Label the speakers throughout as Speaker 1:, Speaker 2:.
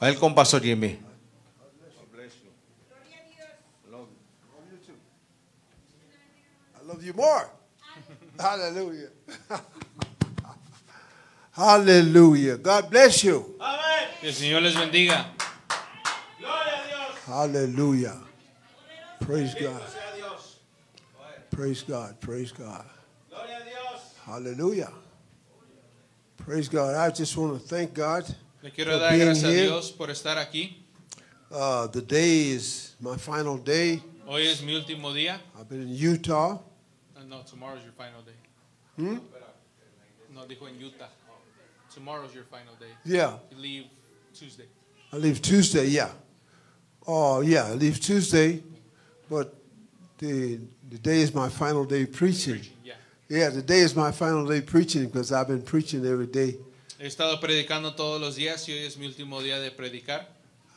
Speaker 1: Welcome, Pastor Jimmy.
Speaker 2: I love you more. Hallelujah. Hallelujah. God bless you.
Speaker 3: Que el Señor les bendiga.
Speaker 2: Hallelujah. Praise God. Praise God. Praise God. Hallelujah. Praise God. I just want to thank God.
Speaker 3: Le quiero
Speaker 2: For
Speaker 3: dar
Speaker 2: being
Speaker 3: gracias a
Speaker 2: here.
Speaker 3: Dios por estar aquí.
Speaker 2: Uh, the day is my final day.
Speaker 3: Hoy es mi último día.
Speaker 2: I've been in Utah.
Speaker 3: Uh, No, tomorrow's your final day.
Speaker 2: Hmm?
Speaker 3: No, dijo en Utah. Tomorrow's your final day.
Speaker 2: Yeah.
Speaker 3: You leave Tuesday.
Speaker 2: I leave Tuesday, yeah. Oh, yeah, I leave Tuesday, but the, the day is my final day preaching.
Speaker 3: Yeah.
Speaker 2: Yeah, the day is my final day preaching because I've been preaching every day.
Speaker 3: He estado predicando todos los días y hoy es mi último día de predicar.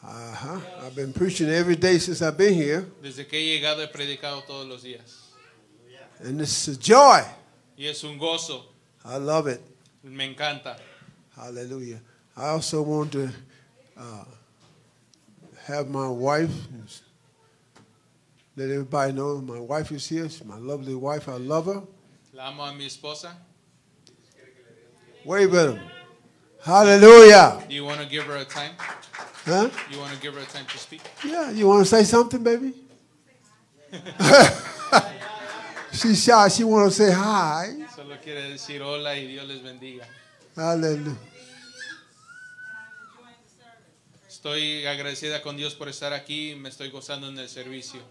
Speaker 2: Uh huh. I've been preaching every day since I've been here,
Speaker 3: Desde que he llegado he predicado todos los días.
Speaker 2: and it's a joy.
Speaker 3: Y es un gozo.
Speaker 2: I love it.
Speaker 3: Me encanta.
Speaker 2: Hallelujah. I also want to uh, have my wife let everybody know my wife is here. She's my lovely wife. I love her.
Speaker 3: La amo a mi esposa.
Speaker 2: Wave at him. Hallelujah.
Speaker 3: Do you want to give her a time?
Speaker 2: Huh?
Speaker 3: You want to give her a time to speak?
Speaker 2: Yeah, you want to say something, baby? She's shy. She want to say hi.
Speaker 3: Solo quiere decir hola y Dios les bendiga.
Speaker 2: Hallelujah.
Speaker 3: Estoy agradecida con Dios por estar aquí. Me estoy gozando en el servicio.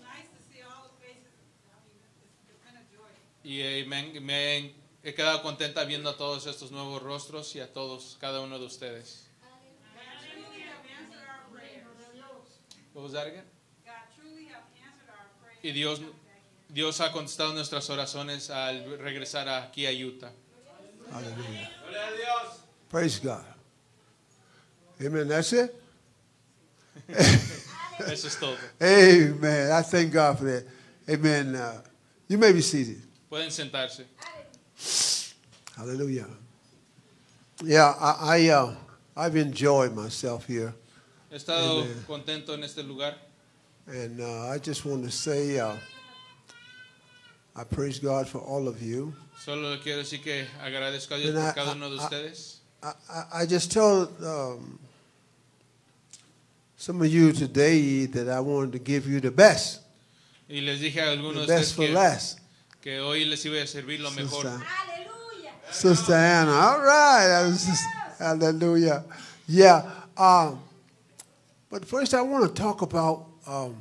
Speaker 3: Y eh, me, han- me han- he quedado contenta viendo a todos estos nuevos rostros y a todos, cada uno de ustedes. What was that again? Y Dios, Dios ha contestado nuestras oraciones al regresar aquí a Utah.
Speaker 2: Hallelujah. Praise God. Amen. That's it.
Speaker 3: Eso es todo.
Speaker 2: Amen. I thank God for that. Amen. Uh, you may be seated.
Speaker 3: Pueden sentarse.
Speaker 2: Hallelujah. Yeah, I, I uh, I've enjoyed myself here,
Speaker 3: He estado
Speaker 2: Amen.
Speaker 3: contento en este lugar.
Speaker 2: and uh, I just want to say uh, I praise God for all of you.
Speaker 3: Solo quiero decir que agradezco a Dios
Speaker 2: Then
Speaker 3: por
Speaker 2: I-
Speaker 3: cada
Speaker 2: I-
Speaker 3: uno de
Speaker 2: I-
Speaker 3: ustedes.
Speaker 2: I, I- I just tell um, some of you today that I wanted to give you the best,
Speaker 3: Y les dije a
Speaker 2: the
Speaker 3: algunos de
Speaker 2: best for
Speaker 3: ustedes
Speaker 2: last,
Speaker 3: que, que hoy les iba a servir lo mejor.
Speaker 2: Sister, Sister Anna. All right, I was just- hallelujah. Yeah, um, but first I want to talk about um,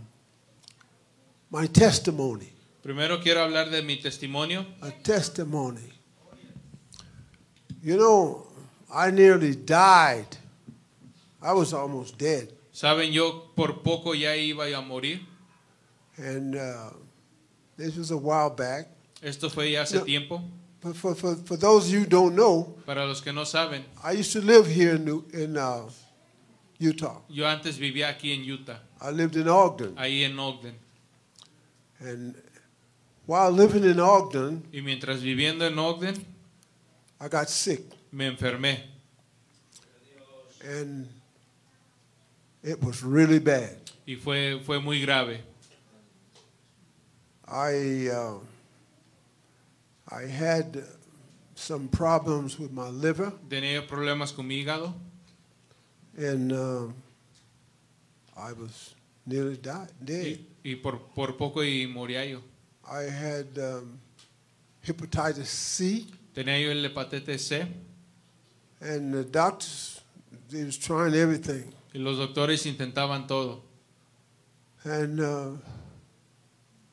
Speaker 2: my testimony.
Speaker 3: Primero quiero hablar de mi testimonio.
Speaker 2: A testimony. You know, I nearly died. I was almost dead.
Speaker 3: Saben, yo por poco ya iba a morir.
Speaker 2: And uh, this was a while back.
Speaker 3: Esto fue ya hace
Speaker 2: No.
Speaker 3: tiempo.
Speaker 2: But for, for, for those of you who don't know,
Speaker 3: Para los que no saben,
Speaker 2: I used to live here in, New- in uh, Utah.
Speaker 3: yo antes vivía aquí en Utah,
Speaker 2: I lived in Ogden.
Speaker 3: ahí en Ogden.
Speaker 2: And while living in Ogden,
Speaker 3: Y mientras viviendo en Ogden,
Speaker 2: I got sick.
Speaker 3: me enfermé.
Speaker 2: And it was really bad.
Speaker 3: Y fue, fue muy grave.
Speaker 2: I, uh, I had some problems with my liver.
Speaker 3: Tenía problemas con mi hígado
Speaker 2: And uh, I was nearly died, dead.
Speaker 3: y, y por, por poco y moría yo.
Speaker 2: I had um, hepatitis C,
Speaker 3: Tenía yo el hepatitis C
Speaker 2: and the doctors they was trying everything,
Speaker 3: y los doctores intentaban todo.
Speaker 2: and uh,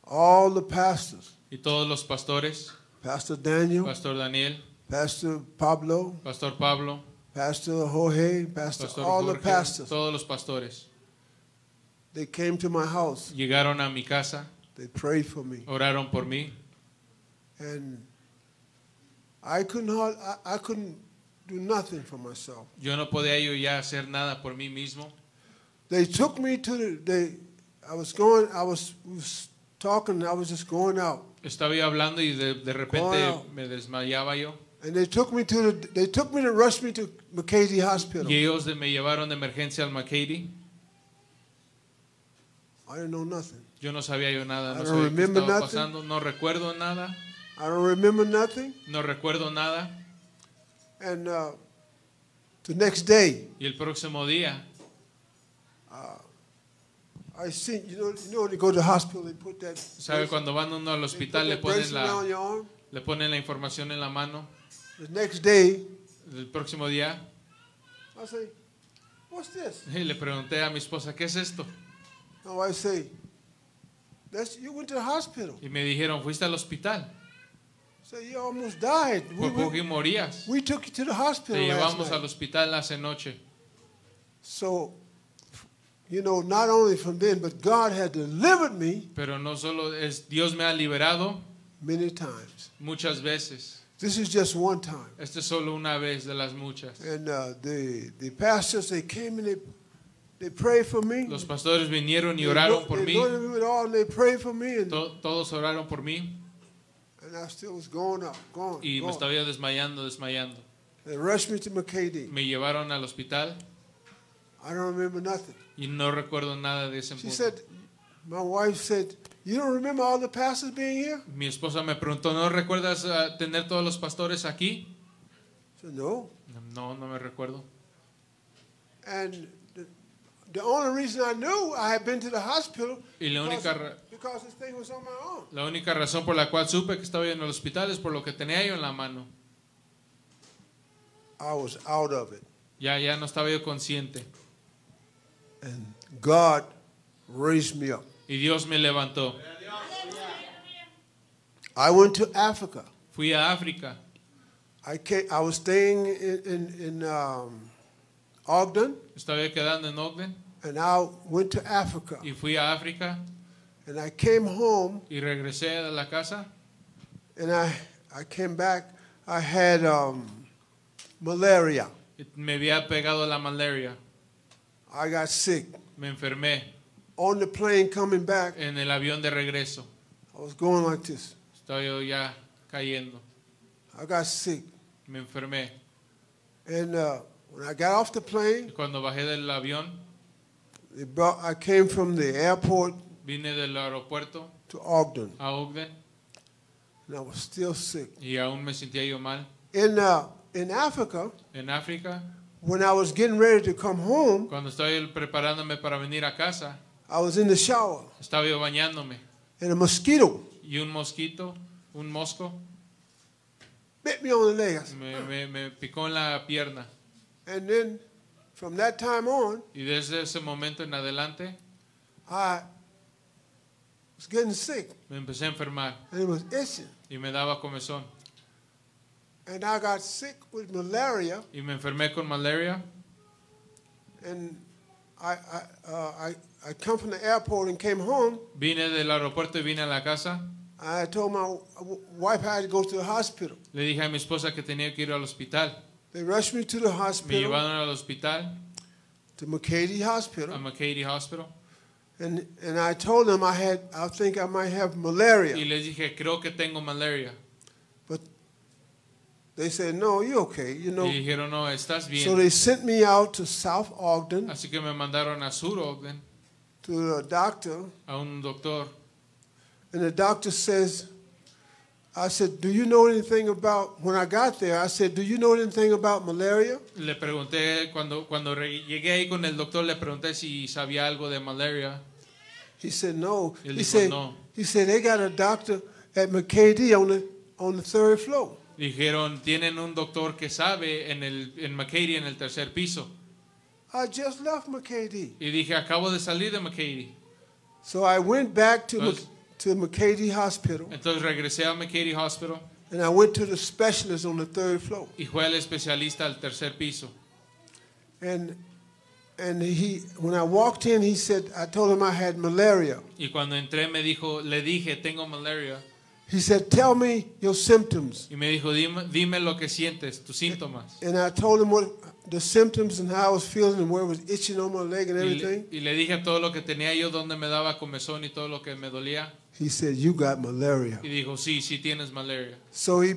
Speaker 2: all the pastors,
Speaker 3: Y todos los pastores,
Speaker 2: Pastor Daniel,
Speaker 3: Pastor Daniel,
Speaker 2: Pastor Pablo,
Speaker 3: Pastor Pablo,
Speaker 2: Pastor Jorge, Pastor,
Speaker 3: Pastor
Speaker 2: all the
Speaker 3: Jorge,
Speaker 2: pastors,
Speaker 3: todos los pastores
Speaker 2: they came to my house.
Speaker 3: llegaron a mi casa,
Speaker 2: They prayed for me,
Speaker 3: oraron por mí
Speaker 2: and I couldn't, hard- I, I couldn't do nothing for myself.
Speaker 3: Yo no podía yo ya hacer nada por mí mismo.
Speaker 2: They took me to the. They, I was going. I was, was talking. I was just going out.
Speaker 3: Estaba yo hablando y de, de repente
Speaker 2: Wow.
Speaker 3: me desmayaba yo.
Speaker 2: And they took me to the, they took me to rush me to McKenzie Hospital.
Speaker 3: Y ellos de- me llevaron de emergencia al McKady.
Speaker 2: I didn't know nothing.
Speaker 3: Yo no sabía yo nada,
Speaker 2: I
Speaker 3: no
Speaker 2: don't
Speaker 3: sabía qué
Speaker 2: remember
Speaker 3: estaba
Speaker 2: nothing.
Speaker 3: pasando, no recuerdo nada,
Speaker 2: I don't remember nothing.
Speaker 3: no recuerdo nada.
Speaker 2: And uh, the next day,
Speaker 3: Y el próximo día,
Speaker 2: I seen you know you know when you go to the hospital they put that
Speaker 3: ¿sabe? Cuando van uno al
Speaker 2: they put
Speaker 3: hospital le
Speaker 2: that bracelet
Speaker 3: ponen,
Speaker 2: on
Speaker 3: la,
Speaker 2: your arm.
Speaker 3: le ponen la información en la mano.
Speaker 2: The next day,
Speaker 3: El próximo día
Speaker 2: I say, "What's this?"
Speaker 3: y le pregunté a mi esposa, ¿qué es esto?
Speaker 2: My wife say, "That's you went to the hospital."
Speaker 3: Y me dijeron, fuiste al hospital,
Speaker 2: Say you almost died. We,
Speaker 3: por poco
Speaker 2: we,
Speaker 3: y morías.
Speaker 2: we took you to the
Speaker 3: Te
Speaker 2: hospital last
Speaker 3: llevamos
Speaker 2: night.
Speaker 3: al hospital hace noche.
Speaker 2: So, you know, not only from then, but God had delivered me
Speaker 3: Pero no solo es, Dios me ha liberado
Speaker 2: many times.
Speaker 3: muchas veces.
Speaker 2: This is just one time.
Speaker 3: Esto es solo una vez de las muchas.
Speaker 2: And uh, the the pastors they came and they they prayed for me.
Speaker 3: Los pastores vinieron y
Speaker 2: They
Speaker 3: oraron
Speaker 2: anointed-
Speaker 3: por
Speaker 2: they
Speaker 3: mí.
Speaker 2: anointed me with oil and they prayed for me, and,
Speaker 3: To- todos oraron por mí
Speaker 2: and I still was going up, going,
Speaker 3: y me
Speaker 2: going.
Speaker 3: estaba desmayando, desmayando.
Speaker 2: They rushed me to McKD.
Speaker 3: Me llevaron al hospital
Speaker 2: I don't remember nothing.
Speaker 3: y no recuerdo nada de ese
Speaker 2: She
Speaker 3: punto.
Speaker 2: said, my wife said, you don't remember all the pastors being here?
Speaker 3: Mi esposa me preguntó, ¿no recuerdas ah, tener todos los pastores aquí?
Speaker 2: I said, no.
Speaker 3: No, no me recuerdo.
Speaker 2: And the, the only reason I knew I had been to the hospital
Speaker 3: Y la
Speaker 2: because,
Speaker 3: única ra-
Speaker 2: because this thing was on my arm.
Speaker 3: La única razón por la cual supe que estaba yo en el hospital es por lo que tenía yo en la mano.
Speaker 2: I was out of it.
Speaker 3: Ya, ya no estaba yo consciente.
Speaker 2: And God raised me up.
Speaker 3: Y Dios me levantó.
Speaker 2: I went to Africa.
Speaker 3: Fui a África.
Speaker 2: I, came, I was staying in, in, in um, Ogden,
Speaker 3: Estaba yo quedando en Ogden
Speaker 2: and I went to Africa.
Speaker 3: y fui a África
Speaker 2: And I came home,
Speaker 3: y regresé a la casa
Speaker 2: and I, I came back. I had um, malaria.
Speaker 3: y me había pegado la malaria.
Speaker 2: I got sick.
Speaker 3: Me enfermé
Speaker 2: On the plane coming back,
Speaker 3: en el avión de regreso.
Speaker 2: I was going like this.
Speaker 3: Estaba yo ya cayendo.
Speaker 2: I got sick.
Speaker 3: Me enfermé.
Speaker 2: And uh, when I got off the
Speaker 3: Y
Speaker 2: plane,
Speaker 3: cuando bajé del avión,
Speaker 2: they brought, I came from the airport
Speaker 3: vine del aeropuerto
Speaker 2: to Ogden,
Speaker 3: a Ogden
Speaker 2: and I was still sick.
Speaker 3: y aún me sentía yo mal.
Speaker 2: In, uh, in Africa,
Speaker 3: En África
Speaker 2: when I was getting ready to come home,
Speaker 3: Cuando estaba yo preparándome para venir a casa,
Speaker 2: I was in the shower,
Speaker 3: estaba yo bañándome
Speaker 2: and a mosquito
Speaker 3: y un mosquito, un mosco,
Speaker 2: bit me on the leg. I said,
Speaker 3: me, me- me picó en la pierna.
Speaker 2: And then from that time on,
Speaker 3: Y desde ese momento en adelante
Speaker 2: I was getting sick,
Speaker 3: me empecé a enfermar
Speaker 2: and it was itching.
Speaker 3: y me daba comezón.
Speaker 2: And I got sick with malaria,
Speaker 3: Y me enfermé con malaria
Speaker 2: and I, I, uh, I, I come from the airport and came home.
Speaker 3: Vine del aeropuerto y vine a la casa.
Speaker 2: I told my w- wife I had to go to the hospital.
Speaker 3: Le dije a mi esposa que tenía que ir al hospital.
Speaker 2: They rushed me to the
Speaker 3: Me
Speaker 2: hospital,
Speaker 3: llevaron al hospital,
Speaker 2: to McCady
Speaker 3: a
Speaker 2: Hospital,
Speaker 3: McCady Hospital.
Speaker 2: and, and I told them I had, I think I might have
Speaker 3: Y
Speaker 2: malaria.
Speaker 3: les dije, creo que tengo malaria.
Speaker 2: But they said, no, you're okay, you
Speaker 3: Y
Speaker 2: know.
Speaker 3: dijeron, no, estás
Speaker 2: So
Speaker 3: bien.
Speaker 2: they sent me out to South Ogden
Speaker 3: Así que me mandaron a Sur Ogden,
Speaker 2: to the doctor,
Speaker 3: a un doctor.
Speaker 2: and the doctor says, I said, do you know anything about, when I got there, I said, do you know anything about malaria?
Speaker 3: Le pregunté, cuando, cuando re- llegué ahí con el doctor, le pregunté si sabía algo de malaria.
Speaker 2: He said no.
Speaker 3: Él
Speaker 2: he
Speaker 3: dijo,
Speaker 2: said
Speaker 3: "No."
Speaker 2: he said they got a doctor at McKD on the on the third floor.
Speaker 3: Dijeron, tienen un doctor que sabe en, el, en McCady, en el tercer piso.
Speaker 2: I just left McKD,
Speaker 3: Y dije, acabo de salir de McCady.
Speaker 2: so I went back to Mc,
Speaker 3: Pues-
Speaker 2: to McKD Hospital
Speaker 3: Entonces regresé a McCady Hospital
Speaker 2: and I went to the specialist on the third floor.
Speaker 3: y fue el especialista al tercer piso.
Speaker 2: And and he when I walked in, he said I told him I had malaria.
Speaker 3: Y cuando entré me dijo, le dije, tengo malaria.
Speaker 2: He said, "Tell me your symptoms."
Speaker 3: Y me dijo, dime, dime lo que sientes, tus síntomas.
Speaker 2: And I told him what the symptoms and how I was feeling and where it was itching on my leg and
Speaker 3: Y
Speaker 2: everything.
Speaker 3: le, y le dije todo lo que tenía yo, dónde me daba comezón y todo lo que me dolía.
Speaker 2: He said, "You got malaria."
Speaker 3: Y dijo, sí, sí tienes malaria.
Speaker 2: So he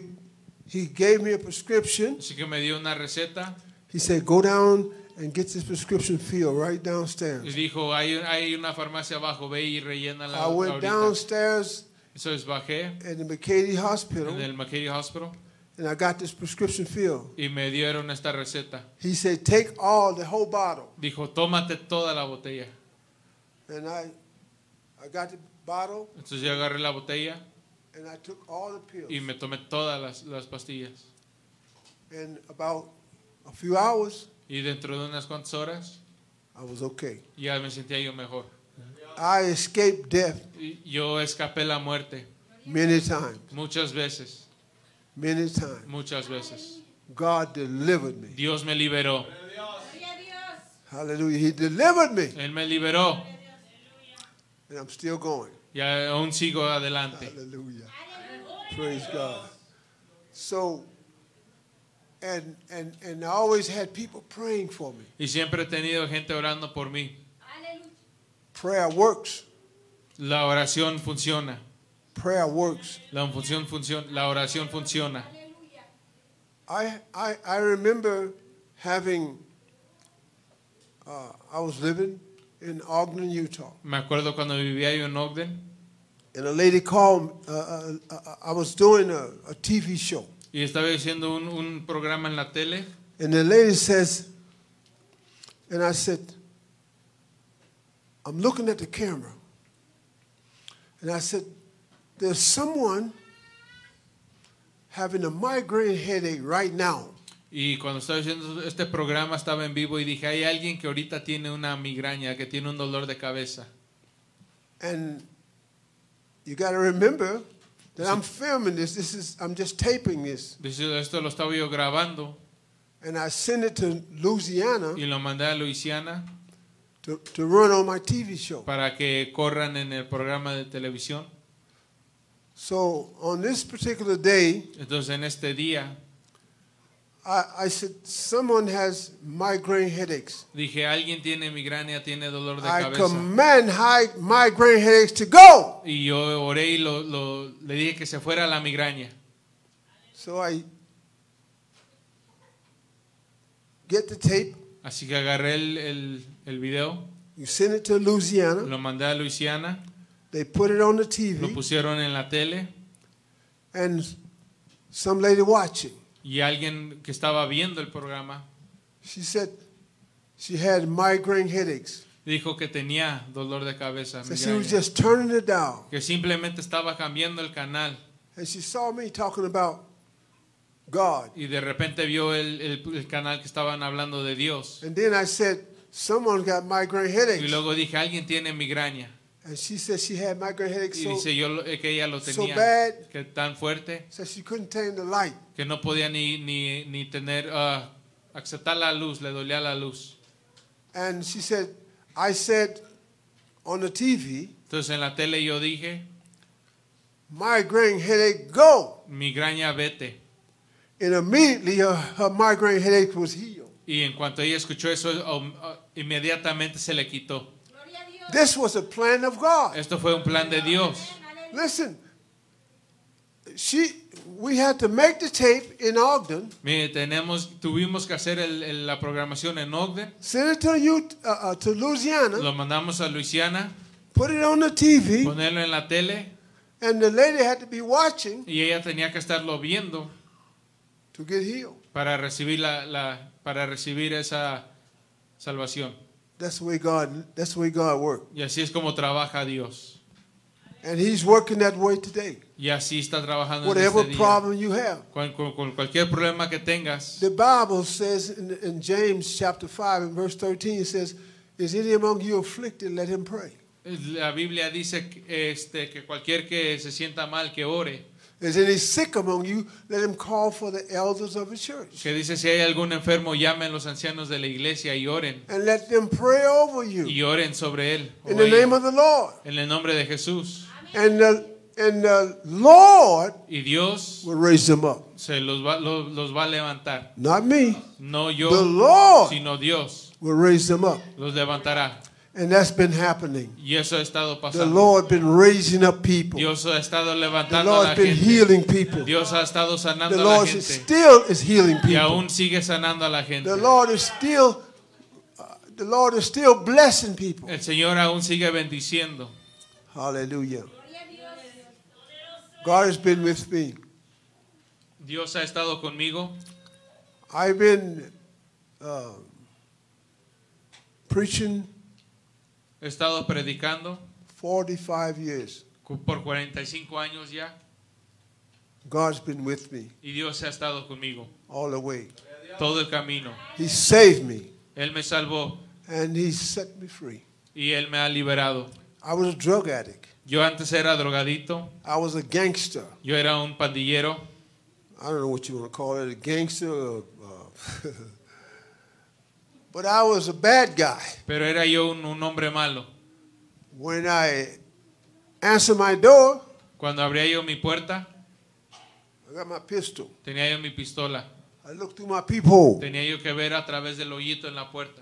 Speaker 2: He gave me a prescription.
Speaker 3: Así que me dio una receta
Speaker 2: He said, Go down and get this prescription filled right
Speaker 3: y
Speaker 2: downstairs.
Speaker 3: dijo, hay, hay una farmacia abajo, ve y rellena la
Speaker 2: I went downstairs
Speaker 3: Entonces bajé
Speaker 2: in the McCady
Speaker 3: en
Speaker 2: Hospital
Speaker 3: el McKinney Hospital
Speaker 2: and I got this prescription filled.
Speaker 3: y me dieron esta receta.
Speaker 2: He said, Take all, the whole bottle.
Speaker 3: Dijo, tómate toda la botella.
Speaker 2: And I, I got the bottle
Speaker 3: Entonces yo agarré la botella
Speaker 2: and I took all the pills.
Speaker 3: y me tomé todas las, las pastillas.
Speaker 2: And about a few hours,
Speaker 3: Y dentro de unas cuantas horas
Speaker 2: I was okay.
Speaker 3: ya me sentía yo mejor.
Speaker 2: I escaped death
Speaker 3: Y yo escapé la muerte
Speaker 2: many times,
Speaker 3: muchas veces,
Speaker 2: many times.
Speaker 3: muchas veces.
Speaker 2: God delivered me.
Speaker 3: Dios me liberó.
Speaker 1: Gloria a Dios.
Speaker 2: Hallelujah. He delivered me.
Speaker 3: Él me liberó.
Speaker 2: And I'm still going.
Speaker 3: Y aún sigo adelante.
Speaker 2: Hallelujah. Praise God. So, and, and, and I always had people praying for me.
Speaker 3: Y siempre he tenido gente orando por mí.
Speaker 1: Aleluya.
Speaker 2: Prayer works.
Speaker 3: La oración funciona.
Speaker 2: Prayer works.
Speaker 3: La, función funcion- la oración funciona.
Speaker 1: Aleluya.
Speaker 2: I, I, I remember having, uh, I was living in Ogden, Utah,
Speaker 3: Me acuerdo cuando vivía yo en Ogden
Speaker 2: and a lady called. Uh, uh, uh, I was doing a, a TV show,
Speaker 3: y estaba haciendo un, un programa en la tele
Speaker 2: and the lady says, and I said, I'm looking at the camera, and I said, there's someone having a migraine headache right now.
Speaker 3: y cuando estaba haciendo este programa estaba en vivo y dije, hay alguien que ahorita tiene una migraña, que tiene un dolor de cabeza.
Speaker 2: And you got to remember that I'm filming this. This is I'm just taping this,
Speaker 3: Dice, esto lo estaba yo grabando
Speaker 2: and I send it to Louisiana
Speaker 3: y lo mandé a Luisiana
Speaker 2: to, to run on my TV show.
Speaker 3: para que corran en el programa de televisión.
Speaker 2: So on this particular day,
Speaker 3: Entonces en este día
Speaker 2: I, I said someone has migraine headaches.
Speaker 3: dije, alguien tiene migraña, tiene dolor de
Speaker 2: I
Speaker 3: cabeza.
Speaker 2: command high migraine headaches to go.
Speaker 3: Y yo oré y lo- lo- le dije que se fuera la migraña.
Speaker 2: So I get the tape.
Speaker 3: Así que agarré el, el- el video,
Speaker 2: You send it to Louisiana.
Speaker 3: lo mandé a Luisiana,
Speaker 2: They put it on the
Speaker 3: lo
Speaker 2: TV,
Speaker 3: pusieron en la tele
Speaker 2: and some lady watching.
Speaker 3: y alguien que estaba viendo el programa
Speaker 2: She said she had migraine headaches.
Speaker 3: dijo que tenía dolor de cabeza,
Speaker 2: So she was
Speaker 3: migraña,
Speaker 2: just turning it down.
Speaker 3: que simplemente estaba cambiando el canal
Speaker 2: And she saw me talking about God.
Speaker 3: y de repente vio el, el- el canal que estaban hablando de Dios.
Speaker 2: And then I said, Someone got migraine
Speaker 3: Y
Speaker 2: headaches.
Speaker 3: luego dije, alguien tiene migraña.
Speaker 2: And she said she had migraine headaches
Speaker 3: Y
Speaker 2: so,
Speaker 3: dice yo lo- eh, que ella lo
Speaker 2: so
Speaker 3: tenía
Speaker 2: bad.
Speaker 3: que tan fuerte
Speaker 2: so she couldn't tame the light.
Speaker 3: que no podía ni, ni, ni tener, ah, aceptar la luz, le dolía la luz.
Speaker 2: And she said, I said on the TV,
Speaker 3: Entonces en la tele yo dije,
Speaker 2: migraine headache, go.
Speaker 3: migraña, vete.
Speaker 2: And immediately her, her migraine headache was healed.
Speaker 3: Y en cuanto ella escuchó eso, um, uh, inmediatamente se le quitó.
Speaker 1: Gloria a Dios.
Speaker 2: This was a plan of God.
Speaker 3: Esto fue un plan de Dios.
Speaker 1: Aleluya.
Speaker 2: Listen, she we had to make the tape in Ogden,
Speaker 3: Mire, tenemos, tuvimos que hacer el- el- la programación en Ogden,
Speaker 2: send it to you uh, uh, to Louisiana,
Speaker 3: lo mandamos a Luisiana,
Speaker 2: put it on the TV,
Speaker 3: ponerlo en la tele
Speaker 2: and the lady had to be watching
Speaker 3: y ella tenía que estarlo viendo
Speaker 2: to get healed.
Speaker 3: para recibir la, la- para recibir esa salvación.
Speaker 2: That's the way God. That's the way God worked,
Speaker 3: Y así es como trabaja Dios.
Speaker 2: and He's working that way today.
Speaker 3: Y así está trabajando en
Speaker 2: Whatever
Speaker 3: este día.
Speaker 2: problem you have,
Speaker 3: Con, con- con cualquier problema que tengas,
Speaker 2: the Bible says in, in James chapter five and verse thirteen it says, "Is any among you afflicted? Let him pray.
Speaker 3: la Biblia dice que, este, que cualquier que se sienta mal, que ore.
Speaker 2: Is any sick among you? Let him call for the elders of the church."
Speaker 3: Que dice si hay algún enfermo, llamen los ancianos de la iglesia y oren.
Speaker 2: And let them pray over you.
Speaker 3: Y oren sobre él. o
Speaker 2: in the
Speaker 3: ella.
Speaker 2: name of the Lord.
Speaker 3: en el nombre de Jesús.
Speaker 2: And the, and the Lord
Speaker 3: Y Dios
Speaker 2: will raise them up.
Speaker 3: se los va, lo- los va a levantar.
Speaker 2: Not me.
Speaker 3: No
Speaker 2: The
Speaker 3: yo,
Speaker 2: Lord
Speaker 3: sino Dios
Speaker 2: will raise them up.
Speaker 3: los levantará.
Speaker 2: And that's been happening.
Speaker 3: Y eso ha estado
Speaker 2: The
Speaker 3: pasando.
Speaker 2: Lord been raising up people.
Speaker 3: Dios ha estado
Speaker 2: The
Speaker 3: levantando a la
Speaker 2: Lord's been
Speaker 3: gente.
Speaker 2: healing people. The
Speaker 3: Dios ha estado sanando a la
Speaker 2: Lord
Speaker 3: gente.
Speaker 2: is still is healing
Speaker 3: y
Speaker 2: people.
Speaker 3: aún sigue sanando a la gente.
Speaker 2: The Lord is still uh, the Lord is still blessing people.
Speaker 3: El Señor aún sigue bendiciendo.
Speaker 2: Hallelujah.
Speaker 1: Gloria a Dios.
Speaker 2: God has been with me.
Speaker 3: Dios ha estado conmigo.
Speaker 2: I've been um preaching
Speaker 3: He estado predicando
Speaker 2: 45 years.
Speaker 3: cu- por 45 años ya
Speaker 2: God's been with me
Speaker 3: y Dios ha estado conmigo
Speaker 2: all the way.
Speaker 3: todo el camino.
Speaker 2: He saved me
Speaker 3: Él me salvó
Speaker 2: and He set me free.
Speaker 3: y Él me ha liberado.
Speaker 2: I was a drug addict.
Speaker 3: Yo antes era drogadito,
Speaker 2: I was a gangster.
Speaker 3: yo era un pandillero,
Speaker 2: I don't know what you want to call it, a gangster. Or, uh, but I was a bad guy.
Speaker 3: pero era yo un, un hombre malo.
Speaker 2: When I answer my door,
Speaker 3: Cuando abría yo mi puerta,
Speaker 2: I got my pistol.
Speaker 3: tenía yo mi pistola.
Speaker 2: I look through my peephole.
Speaker 3: Tenía yo que ver a través del hoyito en la puerta,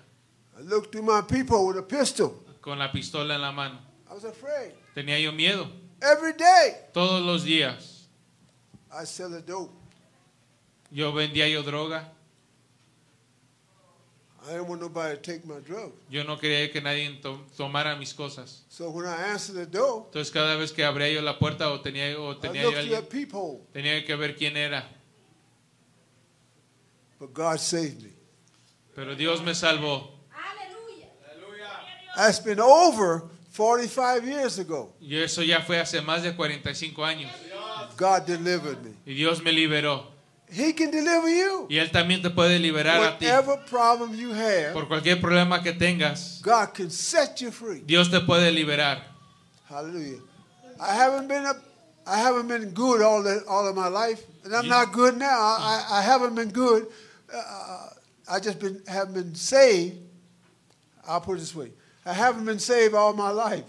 Speaker 2: I look through my peephole with a pistol.
Speaker 3: con la pistola en la mano.
Speaker 2: I was afraid.
Speaker 3: Tenía yo miedo.
Speaker 2: Every day,
Speaker 3: Todos los días
Speaker 2: I sell the dope.
Speaker 3: yo vendía yo droga.
Speaker 2: I didn't want nobody to take my drug.
Speaker 3: Yo no quería que nadie to- tomara mis cosas.
Speaker 2: So when I answer the door,
Speaker 3: Entonces cada vez que abría yo la puerta o tenía, o
Speaker 2: I
Speaker 3: tenía yo
Speaker 2: look through
Speaker 3: alguien,
Speaker 2: that peephole.
Speaker 3: tenía que ver quién era.
Speaker 2: But God saved me.
Speaker 3: Pero Dios me salvó.
Speaker 1: Aleluya.
Speaker 2: That's been over 45 years ago.
Speaker 3: Y eso ya fue hace más de 45 años.
Speaker 2: God delivered me.
Speaker 3: Y Dios me liberó.
Speaker 2: He can deliver you.
Speaker 3: Y Él también te puede liberar a ti.
Speaker 2: Whatever problem you have,
Speaker 3: Por cualquier problema que tengas,
Speaker 2: God can set you free.
Speaker 3: Dios te puede liberar.
Speaker 2: Hallelujah. I haven't been a, I haven't been good all the, all of my life, and I'm not good now. I, I, I haven't been good. Uh, I just been have been saved. I'll put it this way: I haven't been saved all my life.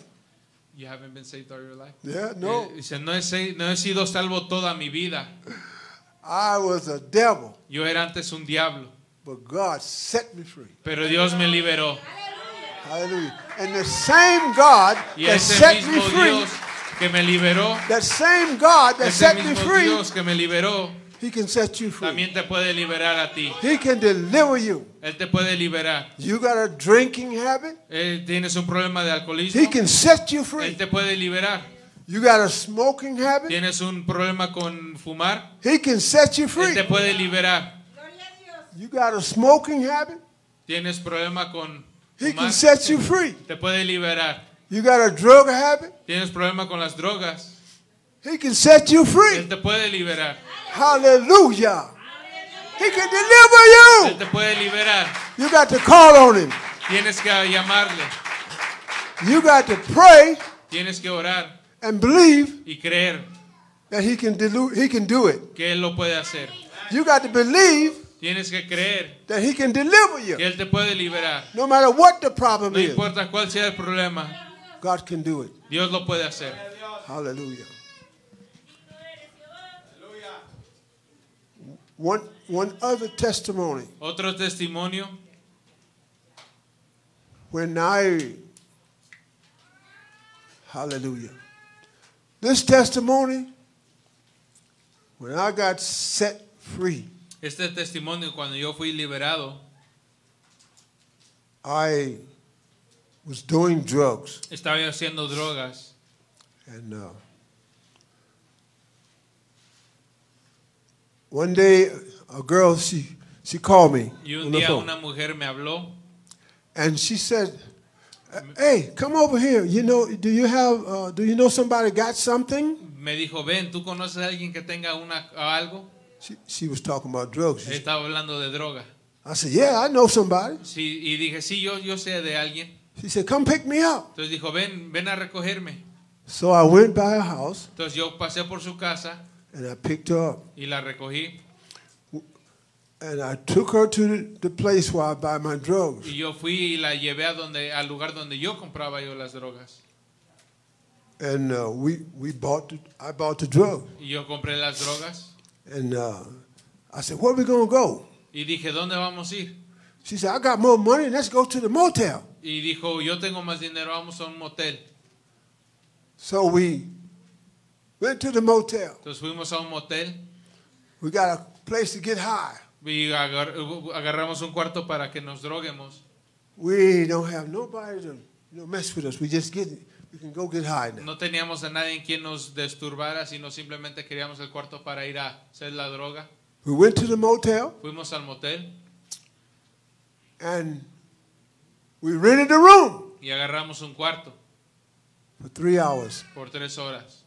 Speaker 3: You haven't been saved all your life.
Speaker 2: Yeah, no,
Speaker 3: Eh, dice, no he, se- no he sido salvo toda mi vida.
Speaker 2: I was a devil,
Speaker 3: Yo era antes un diablo,
Speaker 2: but God set me free.
Speaker 3: pero Dios me liberó.
Speaker 2: Hallelujah. And the same God
Speaker 3: Y
Speaker 2: that
Speaker 3: ese
Speaker 2: set me
Speaker 3: mismo
Speaker 2: free,
Speaker 3: Dios que me liberó,
Speaker 2: that same God that
Speaker 3: ese
Speaker 2: set me
Speaker 3: mismo
Speaker 2: free,
Speaker 3: Dios que me liberó,
Speaker 2: He can set you free.
Speaker 3: también te puede liberar a ti.
Speaker 2: He can deliver you.
Speaker 3: Él te puede liberar.
Speaker 2: You got a drinking habit?
Speaker 3: Eh, tienes un problema de
Speaker 2: He
Speaker 3: alcoholismo,
Speaker 2: can set you
Speaker 3: Él
Speaker 2: free.
Speaker 3: te puede liberar.
Speaker 2: You got a smoking habit?
Speaker 3: Tienes un problema con fumar,
Speaker 2: He can set you
Speaker 3: Él
Speaker 2: free.
Speaker 3: te puede liberar.
Speaker 1: Gloria a Dios.
Speaker 2: You got a smoking habit?
Speaker 3: Tienes problema con
Speaker 2: He
Speaker 3: fumar,
Speaker 2: can set you free.
Speaker 3: te puede liberar.
Speaker 2: You got a drug habit?
Speaker 3: Tienes problema con las drogas,
Speaker 2: He can set you
Speaker 3: Él
Speaker 2: free.
Speaker 3: te puede liberar.
Speaker 2: Hallelujah. He can
Speaker 3: Él
Speaker 2: deliver you.
Speaker 3: te puede liberar.
Speaker 2: You got to call on him.
Speaker 3: Tienes que llamarle,
Speaker 2: You got to pray
Speaker 3: tienes que orar
Speaker 2: and believe
Speaker 3: y creer
Speaker 2: that he can dilute, he can do it.
Speaker 3: que Él lo puede hacer.
Speaker 2: You got to believe
Speaker 3: Tienes que creer
Speaker 2: that he can deliver
Speaker 3: que
Speaker 2: you.
Speaker 3: Él te puede liberar.
Speaker 2: No matter what the problem
Speaker 3: No
Speaker 2: is,
Speaker 3: importa cuál sea el problema,
Speaker 2: God can do it.
Speaker 3: Dios lo puede hacer.
Speaker 2: Hallelujah. One one other testimony.
Speaker 3: Otro testimonio,
Speaker 2: When I Hallelujah. This testimony when I got set free,
Speaker 3: este testimonio cuando yo fui liberado,
Speaker 2: I was doing drugs
Speaker 3: estaba yo haciendo drogas
Speaker 2: and uh, one day a girl she she called me
Speaker 3: y
Speaker 2: on
Speaker 3: un
Speaker 2: the
Speaker 3: día
Speaker 2: phone.
Speaker 3: una mujer me habló
Speaker 2: and she said, "Hey, come over here. You know, do you have? Uh, do you know somebody got something?"
Speaker 3: Me dijo, ven, ¿tú conoces a alguien que tenga una, algo?
Speaker 2: She, she was talking about drugs. She-
Speaker 3: Estaba hablando de droga.
Speaker 2: I said, "Yeah, I know somebody."
Speaker 3: Sí, y dije, sí, yo, yo sé de alguien.
Speaker 2: She said, "Come pick me up."
Speaker 3: Entonces dijo, ven, ven a recogerme.
Speaker 2: So I went by her house
Speaker 3: Entonces yo pasé por su casa
Speaker 2: and I picked her up
Speaker 3: y la recogí.
Speaker 2: and I took her to the, the place where I buy my drugs.
Speaker 3: Y yo fui y la llevé a donde, al lugar donde yo compraba yo las drogas.
Speaker 2: And uh, we we bought the, I bought the drug
Speaker 3: Y yo compré las drogas.
Speaker 2: and uh, I said, "Where we gonna go?"
Speaker 3: Y dije, ¿dónde vamos a ir?
Speaker 2: She said, I got more money, let's go to the motel.
Speaker 3: Y dijo, yo tengo más dinero, vamos a un motel.
Speaker 2: So we went to the motel.
Speaker 3: Entonces fuimos a un motel
Speaker 2: We got a place to get high.
Speaker 3: y agar- agarramos un cuarto para que nos droguemos.
Speaker 2: We don't have nobody to you know, mess with us. We just get we can go get high now.
Speaker 3: No teníamos a nadie en quien nos disturbara, sino simplemente queríamos el cuarto para ir a hacer la droga.
Speaker 2: We went to the motel
Speaker 3: Fuimos al motel
Speaker 2: and we rented a room
Speaker 3: y agarramos un cuarto
Speaker 2: for three hours.
Speaker 3: por tres horas.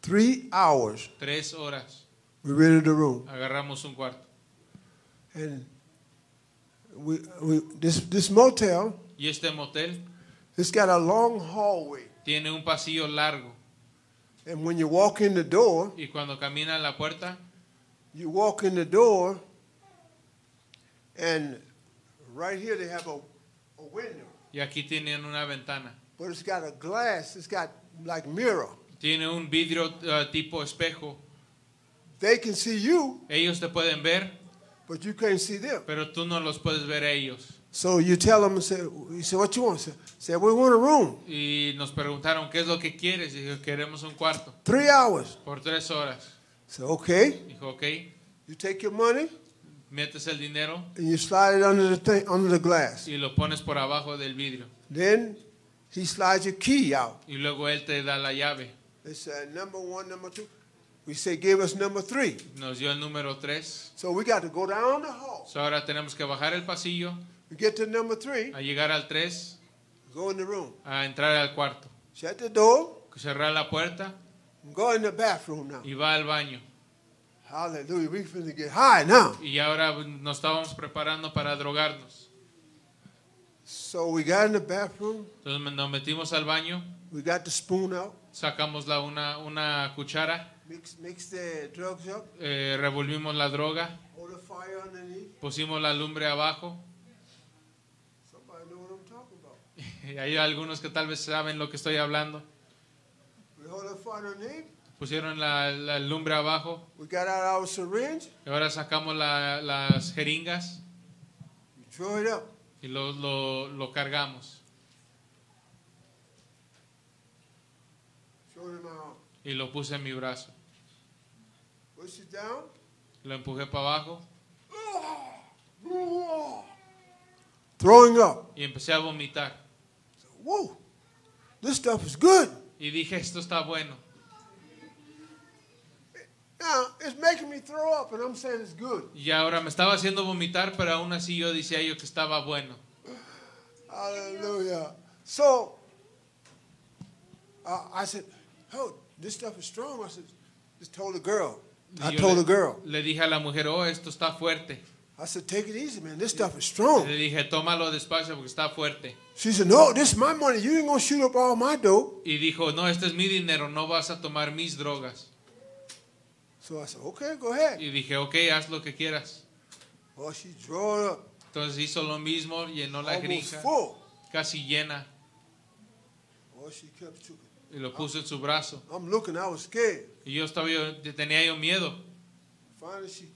Speaker 2: Three hours
Speaker 3: Tres horas
Speaker 2: we rented a room.
Speaker 3: agarramos un cuarto.
Speaker 2: And we, we this this motel,
Speaker 3: Y este motel
Speaker 2: it's got a long hallway.
Speaker 3: tiene un pasillo largo
Speaker 2: And when you walk in the door,
Speaker 3: y cuando camina a la puerta
Speaker 2: you walk in the door and right here they have a, a window.
Speaker 3: y aquí tienen una ventana.
Speaker 2: But it's got a glass, it's got like mirror.
Speaker 3: Tiene un vidrio eh, tipo espejo.
Speaker 2: They can see you,
Speaker 3: Ellos te pueden ver,
Speaker 2: but you can't see them.
Speaker 3: pero tú no los puedes ver a ellos.
Speaker 2: So you tell them and say, you say, what you want? Say, say, we want a room.
Speaker 3: Y nos preguntaron, ¿qué es lo que quieres? Y dijo, queremos un cuarto
Speaker 2: Three hours.
Speaker 3: por tres horas.
Speaker 2: So okay.
Speaker 3: Dijo, ok,
Speaker 2: You take your money
Speaker 3: metes el dinero
Speaker 2: and you slide it under the thing, under the glass.
Speaker 3: y lo pones por abajo del vidrio.
Speaker 2: Then he slides your key out.
Speaker 3: Y luego él te da la llave.
Speaker 2: They said number one, number two. We say give us number three.
Speaker 3: Nos dio el número tres.
Speaker 2: So we got to go down the hall.
Speaker 3: So ahora tenemos que bajar el pasillo,
Speaker 2: We get to number three,
Speaker 3: a llegar al tres,
Speaker 2: go in the room.
Speaker 3: a entrar al cuarto.
Speaker 2: Shut the door,
Speaker 3: Cerrar la puerta
Speaker 2: and go in the bathroom now.
Speaker 3: y va al baño.
Speaker 2: Hallelujah. We finna get high now.
Speaker 3: Y ahora nos estábamos preparando para drogarnos.
Speaker 2: So we got in the bathroom.
Speaker 3: Entonces nos metimos al baño,
Speaker 2: We got the spoon out.
Speaker 3: sacamos la, una, una cuchara,
Speaker 2: Mix, mix the drugs up.
Speaker 3: eh, revolvimos la droga,
Speaker 2: Hold the fire underneath.
Speaker 3: pusimos la lumbre abajo.
Speaker 2: Somebody know what I'm talking about.
Speaker 3: Y hay algunos que tal vez saben lo que estoy hablando.
Speaker 2: We hold the fire underneath.
Speaker 3: Pusieron la, la lumbre abajo
Speaker 2: We got out our syringe.
Speaker 3: y ahora sacamos la- las jeringas
Speaker 2: We throw it up.
Speaker 3: y lo, lo, lo cargamos
Speaker 2: Throw it in my arm.
Speaker 3: y lo puse en mi brazo.
Speaker 2: Push it down.
Speaker 3: Lo empujé para abajo
Speaker 2: Throwing up.
Speaker 3: y empecé a vomitar.
Speaker 2: Whoa. This stuff is good.
Speaker 3: Y dije, esto está bueno.
Speaker 2: Now, it's making me throw up, and I'm saying it's good.
Speaker 3: Y ahora me estaba haciendo vomitar, pero aún así yo decía yo que estaba bueno.
Speaker 2: Hallelujah. So uh, I said, "Oh, this stuff is strong." I said, "Just told the girl." I
Speaker 3: Y yo
Speaker 2: told
Speaker 3: le-
Speaker 2: the girl.
Speaker 3: Le dije a la mujer, oh, esto está fuerte.
Speaker 2: I said, "Take it easy, man. This stuff is
Speaker 3: Le
Speaker 2: strong."
Speaker 3: dije, tómalo despacio porque está fuerte.
Speaker 2: She said, "No, this is my money. You ain't gonna shoot up all my dope."
Speaker 3: Y dijo, no, este es mi dinero, no vas a tomar mis drogas.
Speaker 2: So I said, "Okay, go ahead."
Speaker 3: Y dije, ok, haz lo que quieras.
Speaker 2: Well, she drew it up,
Speaker 3: Entonces hizo lo mismo, llenó la
Speaker 2: almost
Speaker 3: jeringa,
Speaker 2: full.
Speaker 3: casi llena,
Speaker 2: Well, she kept choking.
Speaker 3: y lo puso en su brazo.
Speaker 2: I'm looking. I was scared.
Speaker 3: Y yo estaba, yo- tenía yo miedo.
Speaker 2: Finally, she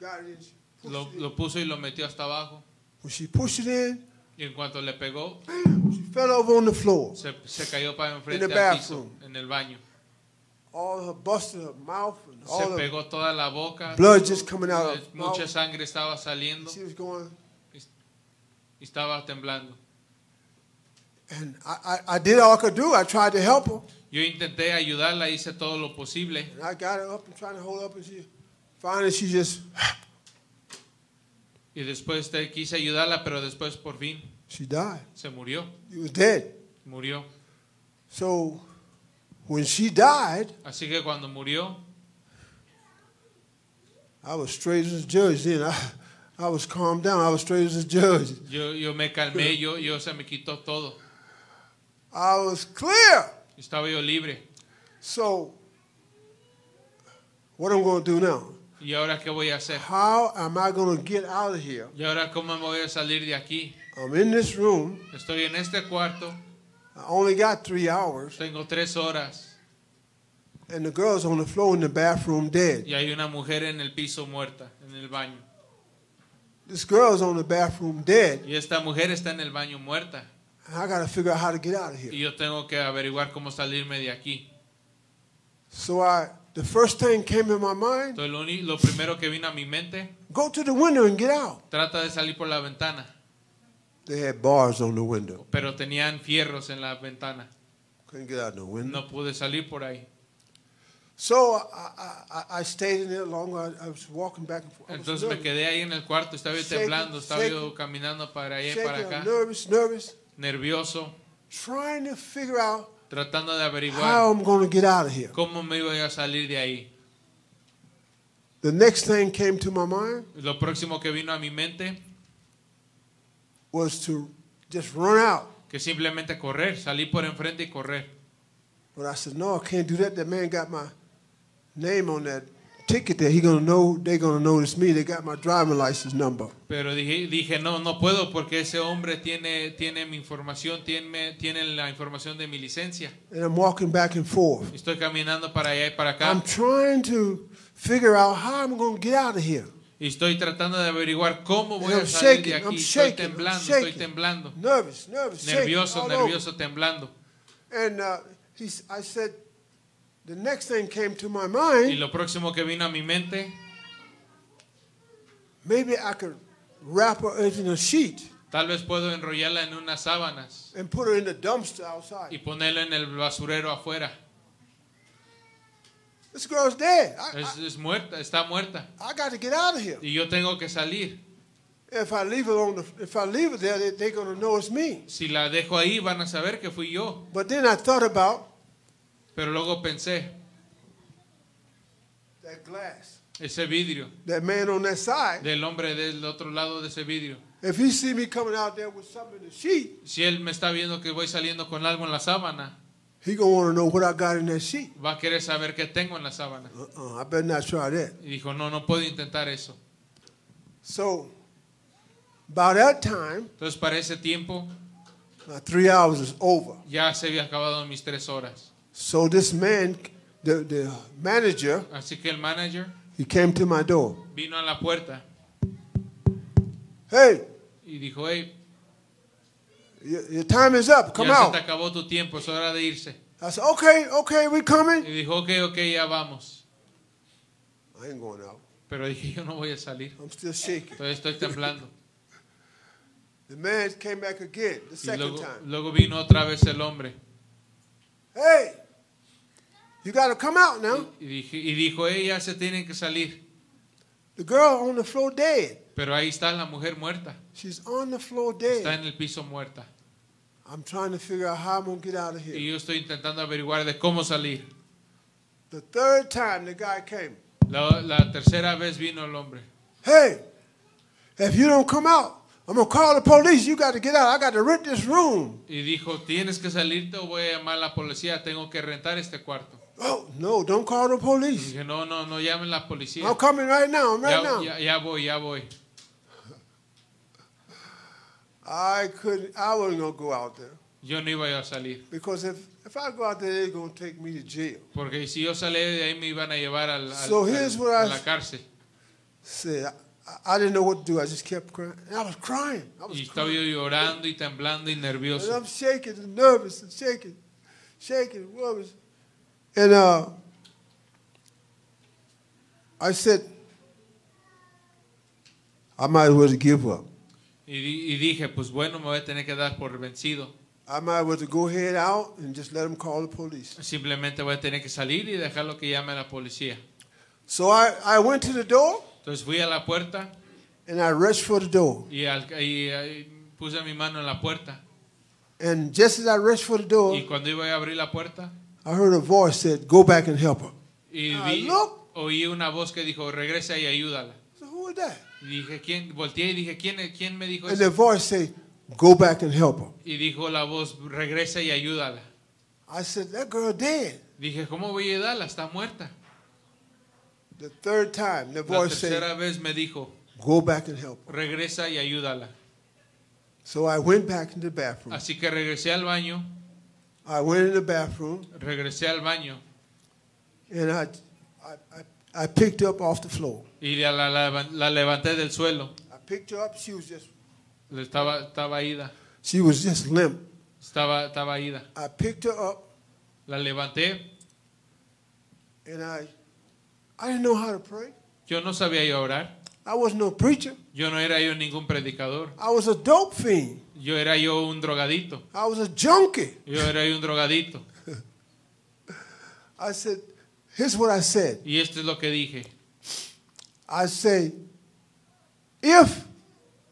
Speaker 2: got it. In, she pushed
Speaker 3: Lo,
Speaker 2: it in.
Speaker 3: lo puso y lo metió hasta abajo.
Speaker 2: When she pushed it in,
Speaker 3: Y en cuanto le pegó,
Speaker 2: bam, she fell over on the floor.
Speaker 3: se, se cayó para
Speaker 2: In
Speaker 3: enfrente
Speaker 2: the
Speaker 3: al piso,
Speaker 2: bathroom.
Speaker 3: en el baño.
Speaker 2: All her busted her mouth and
Speaker 3: Se
Speaker 2: all her
Speaker 3: pegó toda la boca.
Speaker 2: Blood just coming out of-
Speaker 3: Mucha sangre estaba saliendo
Speaker 2: She was going,
Speaker 3: y estaba temblando.
Speaker 2: and I, I, I did all I could do. I tried to help her,
Speaker 3: Yo intenté ayudarla, hice todo lo posible.
Speaker 2: and I got her up and trying to hold up, and she finally she just
Speaker 3: Y después te quise ayudarla, pero después por fin
Speaker 2: she died.
Speaker 3: se murió.
Speaker 2: She was dead.
Speaker 3: Murió.
Speaker 2: So when she died,
Speaker 3: Así que cuando murió,
Speaker 2: I was straight as a judge. Then I, I was calmed down. I was straight as a judge.
Speaker 3: yo, yo me calmé, yo, yo se me quitó todo.
Speaker 2: I was clear.
Speaker 3: Estaba yo libre.
Speaker 2: So what I'm going to do now?
Speaker 3: ¿Y ahora qué voy a hacer?
Speaker 2: How am I going to get out of here?
Speaker 3: ¿Y ahora cómo me voy a salir de aquí?
Speaker 2: I'm in this room.
Speaker 3: Estoy en este cuarto,
Speaker 2: I only got three hours,
Speaker 3: tengo tres horas
Speaker 2: and the girl's on the floor in the bathroom dead.
Speaker 3: y hay una mujer en el piso muerta, en el baño.
Speaker 2: This girl's on the bathroom dead.
Speaker 3: Y esta mujer está en el baño muerta.
Speaker 2: And I got to figure out how to get out of
Speaker 3: Y
Speaker 2: here.
Speaker 3: yo tengo que averiguar cómo salirme de aquí.
Speaker 2: So I, the first thing came in my mind
Speaker 3: Entonces lo, uni- lo primero que vino a mi mente,
Speaker 2: go to the window and get out.
Speaker 3: trata de salir por la ventana.
Speaker 2: They had bars on the window.
Speaker 3: Pero tenían fierros en la ventana.
Speaker 2: Couldn't get out the window.
Speaker 3: No pude salir por ahí.
Speaker 2: So I, I, I, I stayed in there longer. I, I was walking back and forth. I was
Speaker 3: Entonces me
Speaker 2: nervous,
Speaker 3: quedé ahí en el cuarto, estaba yo
Speaker 2: Shaking,
Speaker 3: temblando, estaba yo
Speaker 2: shaking,
Speaker 3: caminando para allá y para
Speaker 2: shaking,
Speaker 3: acá,
Speaker 2: nervous, nervous,
Speaker 3: nervioso,
Speaker 2: trying to figure out
Speaker 3: tratando de
Speaker 2: how
Speaker 3: averiguar
Speaker 2: I'm going to get out of here.
Speaker 3: cómo me iba a salir de ahí.
Speaker 2: The next thing came to my mind
Speaker 3: Lo próximo que vino a mi mente,
Speaker 2: was to just run out.
Speaker 3: que simplemente correr, salir por enfrente y correr.
Speaker 2: But I said, no, I can't do that. That man got my name on that ticket there. He gonna know. They gonna notice me. They got my driving license number.
Speaker 3: Pero dije, dije no, no puedo porque ese hombre tiene, tiene mi información, tiene, tiene la información de mi licencia.
Speaker 2: And I'm walking back and forth.
Speaker 3: Estoy caminando para allá y para
Speaker 2: I'm
Speaker 3: acá
Speaker 2: trying to figure out how I'm gonna get out of here.
Speaker 3: y estoy tratando de averiguar cómo voy
Speaker 2: And
Speaker 3: a
Speaker 2: I'm
Speaker 3: salir
Speaker 2: shaking,
Speaker 3: de
Speaker 2: I'm
Speaker 3: aquí. Estoy
Speaker 2: shaking, I'm
Speaker 3: temblando, estoy
Speaker 2: shaking.
Speaker 3: temblando.
Speaker 2: Nervous, nervous, shaking,
Speaker 3: Nervioso,
Speaker 2: all over.
Speaker 3: nervioso, temblando.
Speaker 2: And uh, he, s- I said, the next thing came to my
Speaker 3: Y
Speaker 2: mind.
Speaker 3: lo próximo que vino a mi mente,
Speaker 2: Maybe I could wrap her in a sheet
Speaker 3: tal vez puedo enrollarla en unas sábanas
Speaker 2: and put her in the dumpster
Speaker 3: y
Speaker 2: outside.
Speaker 3: ponerla en el basurero afuera.
Speaker 2: This girl's dead. I,
Speaker 3: Es, es muerta, está muerta.
Speaker 2: I, I got to get out of here.
Speaker 3: Y yo tengo que salir.
Speaker 2: If I leave it on the, if I leave it there, they, they're gonna know it's me.
Speaker 3: Si la dejo ahí, van a saber que fui yo.
Speaker 2: But then I thought about
Speaker 3: Pero luego pensé,
Speaker 2: that glass,
Speaker 3: ese vidrio,
Speaker 2: that man on that side.
Speaker 3: del hombre del otro lado de ese vidrio.
Speaker 2: If he see me coming out there with something in the sheet,
Speaker 3: Si él me está viendo que voy saliendo con algo en la sábana,
Speaker 2: he gonna want to know what I got in that sheet.
Speaker 3: va a querer saber qué tengo en la sábana.
Speaker 2: Uh-uh, I better not try that.
Speaker 3: Y dijo, no, no puedo intentar eso.
Speaker 2: So, by that time,
Speaker 3: Entonces para ese tiempo
Speaker 2: my three hours is over.
Speaker 3: ya se había acabado mis tres horas.
Speaker 2: So this man, the, the manager,
Speaker 3: Así que el manager
Speaker 2: he came to my door.
Speaker 3: vino a la puerta
Speaker 2: Hey,
Speaker 3: y dijo, hey,
Speaker 2: your, your time is up. Come
Speaker 3: ya se
Speaker 2: out.
Speaker 3: te acabó tu tiempo, es hora de irse.
Speaker 2: I said, okay, okay, we
Speaker 3: Y
Speaker 2: coming.
Speaker 3: dijo, ok, ok, ya vamos.
Speaker 2: I ain't going out.
Speaker 3: Pero dije, yo no voy a salir.
Speaker 2: I'm still shaking.
Speaker 3: Entonces estoy temblando.
Speaker 2: The man came back again the
Speaker 3: Y
Speaker 2: second
Speaker 3: luego,
Speaker 2: time.
Speaker 3: luego vino otra vez el hombre
Speaker 2: Hey, you got to come out now.
Speaker 3: y, dije, y dijo, hey, ya se tienen que salir.
Speaker 2: The girl on the floor dead.
Speaker 3: Pero ahí está la mujer muerta.
Speaker 2: She's on the floor
Speaker 3: Está
Speaker 2: dead.
Speaker 3: en el piso muerta.
Speaker 2: I'm trying to figure out how I'm going to get out of
Speaker 3: Y
Speaker 2: here.
Speaker 3: yo estoy intentando averiguar de cómo salir.
Speaker 2: The third time the guy came.
Speaker 3: La, la tercera vez vino el hombre.
Speaker 2: Hey, if you don't come out, I'm going to call the police. You got to get out. I got to rent this room.
Speaker 3: Y dijo, tienes que salirte o voy a llamar a la policía, tengo que rentar este cuarto.
Speaker 2: Oh, no, don't call the
Speaker 3: Y
Speaker 2: police.
Speaker 3: dije, no, no, no llamen a la policía.
Speaker 2: I'm coming right now. I'm right
Speaker 3: Ya,
Speaker 2: now.
Speaker 3: ya, ya voy, ya voy.
Speaker 2: I couldn't, I wasn't going to go out there.
Speaker 3: Yo no iba a salir.
Speaker 2: Because if, if I go out there, they're going to take me to jail.
Speaker 3: Porque si yo salía de ahí me iban a llevar al, al-
Speaker 2: So here's
Speaker 3: al-
Speaker 2: what
Speaker 3: a
Speaker 2: I-
Speaker 3: la cárcel.
Speaker 2: Said, I- I, I didn't know what to do. I just kept crying. And I was crying. I was
Speaker 3: Y
Speaker 2: crying.
Speaker 3: estaba yo llorando y temblando y
Speaker 2: And
Speaker 3: nervioso.
Speaker 2: I'm shaking and nervous and shaking, shaking and nervous. And uh, I said, I might as well just give up.
Speaker 3: Y, di- y dije, pues bueno, me voy a tener que dar por vencido.
Speaker 2: I might as well just go head out and just let them call the police.
Speaker 3: Simplemente voy a tener que salir y dejarlo que llame a la policía.
Speaker 2: So I, I went to the door
Speaker 3: Entonces fui a la puerta
Speaker 2: and I rushed for the door.
Speaker 3: y, al- y- y puse mi mano en la puerta.
Speaker 2: And just as I rushed for the
Speaker 3: Y
Speaker 2: door,
Speaker 3: cuando iba a abrir la puerta,
Speaker 2: I heard a voice said, "Go back and help her."
Speaker 3: Y
Speaker 2: Ah,
Speaker 3: vi-
Speaker 2: no.
Speaker 3: oí una voz que dijo, regresa y ayúdala.
Speaker 2: So who was that?
Speaker 3: Y dije, ¿quién? Volteé y dije, ¿quién, quién me dijo
Speaker 2: And the
Speaker 3: eso?
Speaker 2: voice said, "Go back and help her."
Speaker 3: Y dijo la voz, regresa y ayúdala.
Speaker 2: I said, "That girl dead."
Speaker 3: Dije, ¿cómo voy a ayudarla? Está muerta.
Speaker 2: The third time, the
Speaker 3: La
Speaker 2: voice said,
Speaker 3: tercera vez me dijo,
Speaker 2: Go back and help her.
Speaker 3: regresa y ayúdala.
Speaker 2: So I went back in the bathroom.
Speaker 3: Así que regresé al baño,
Speaker 2: I went in the bathroom
Speaker 3: regresé al baño
Speaker 2: and I, I, I, I picked up off the floor.
Speaker 3: y la, la- la- la levanté del suelo.
Speaker 2: I picked her up. She was just
Speaker 3: Le Estaba, estaba ida.
Speaker 2: she was just limp.
Speaker 3: Estaba, estaba ida.
Speaker 2: I picked her up
Speaker 3: La levanté.
Speaker 2: and I I didn't know how to pray.
Speaker 3: Yo no sabía yo orar.
Speaker 2: I was no preacher.
Speaker 3: Yo no era yo ningún predicador.
Speaker 2: I was a dope fiend.
Speaker 3: Yo era yo un drogadito.
Speaker 2: I was a junkie.
Speaker 3: Yo era yo un drogadito.
Speaker 2: I said, here's what I said.
Speaker 3: Y esto es lo que dije.
Speaker 2: I say, if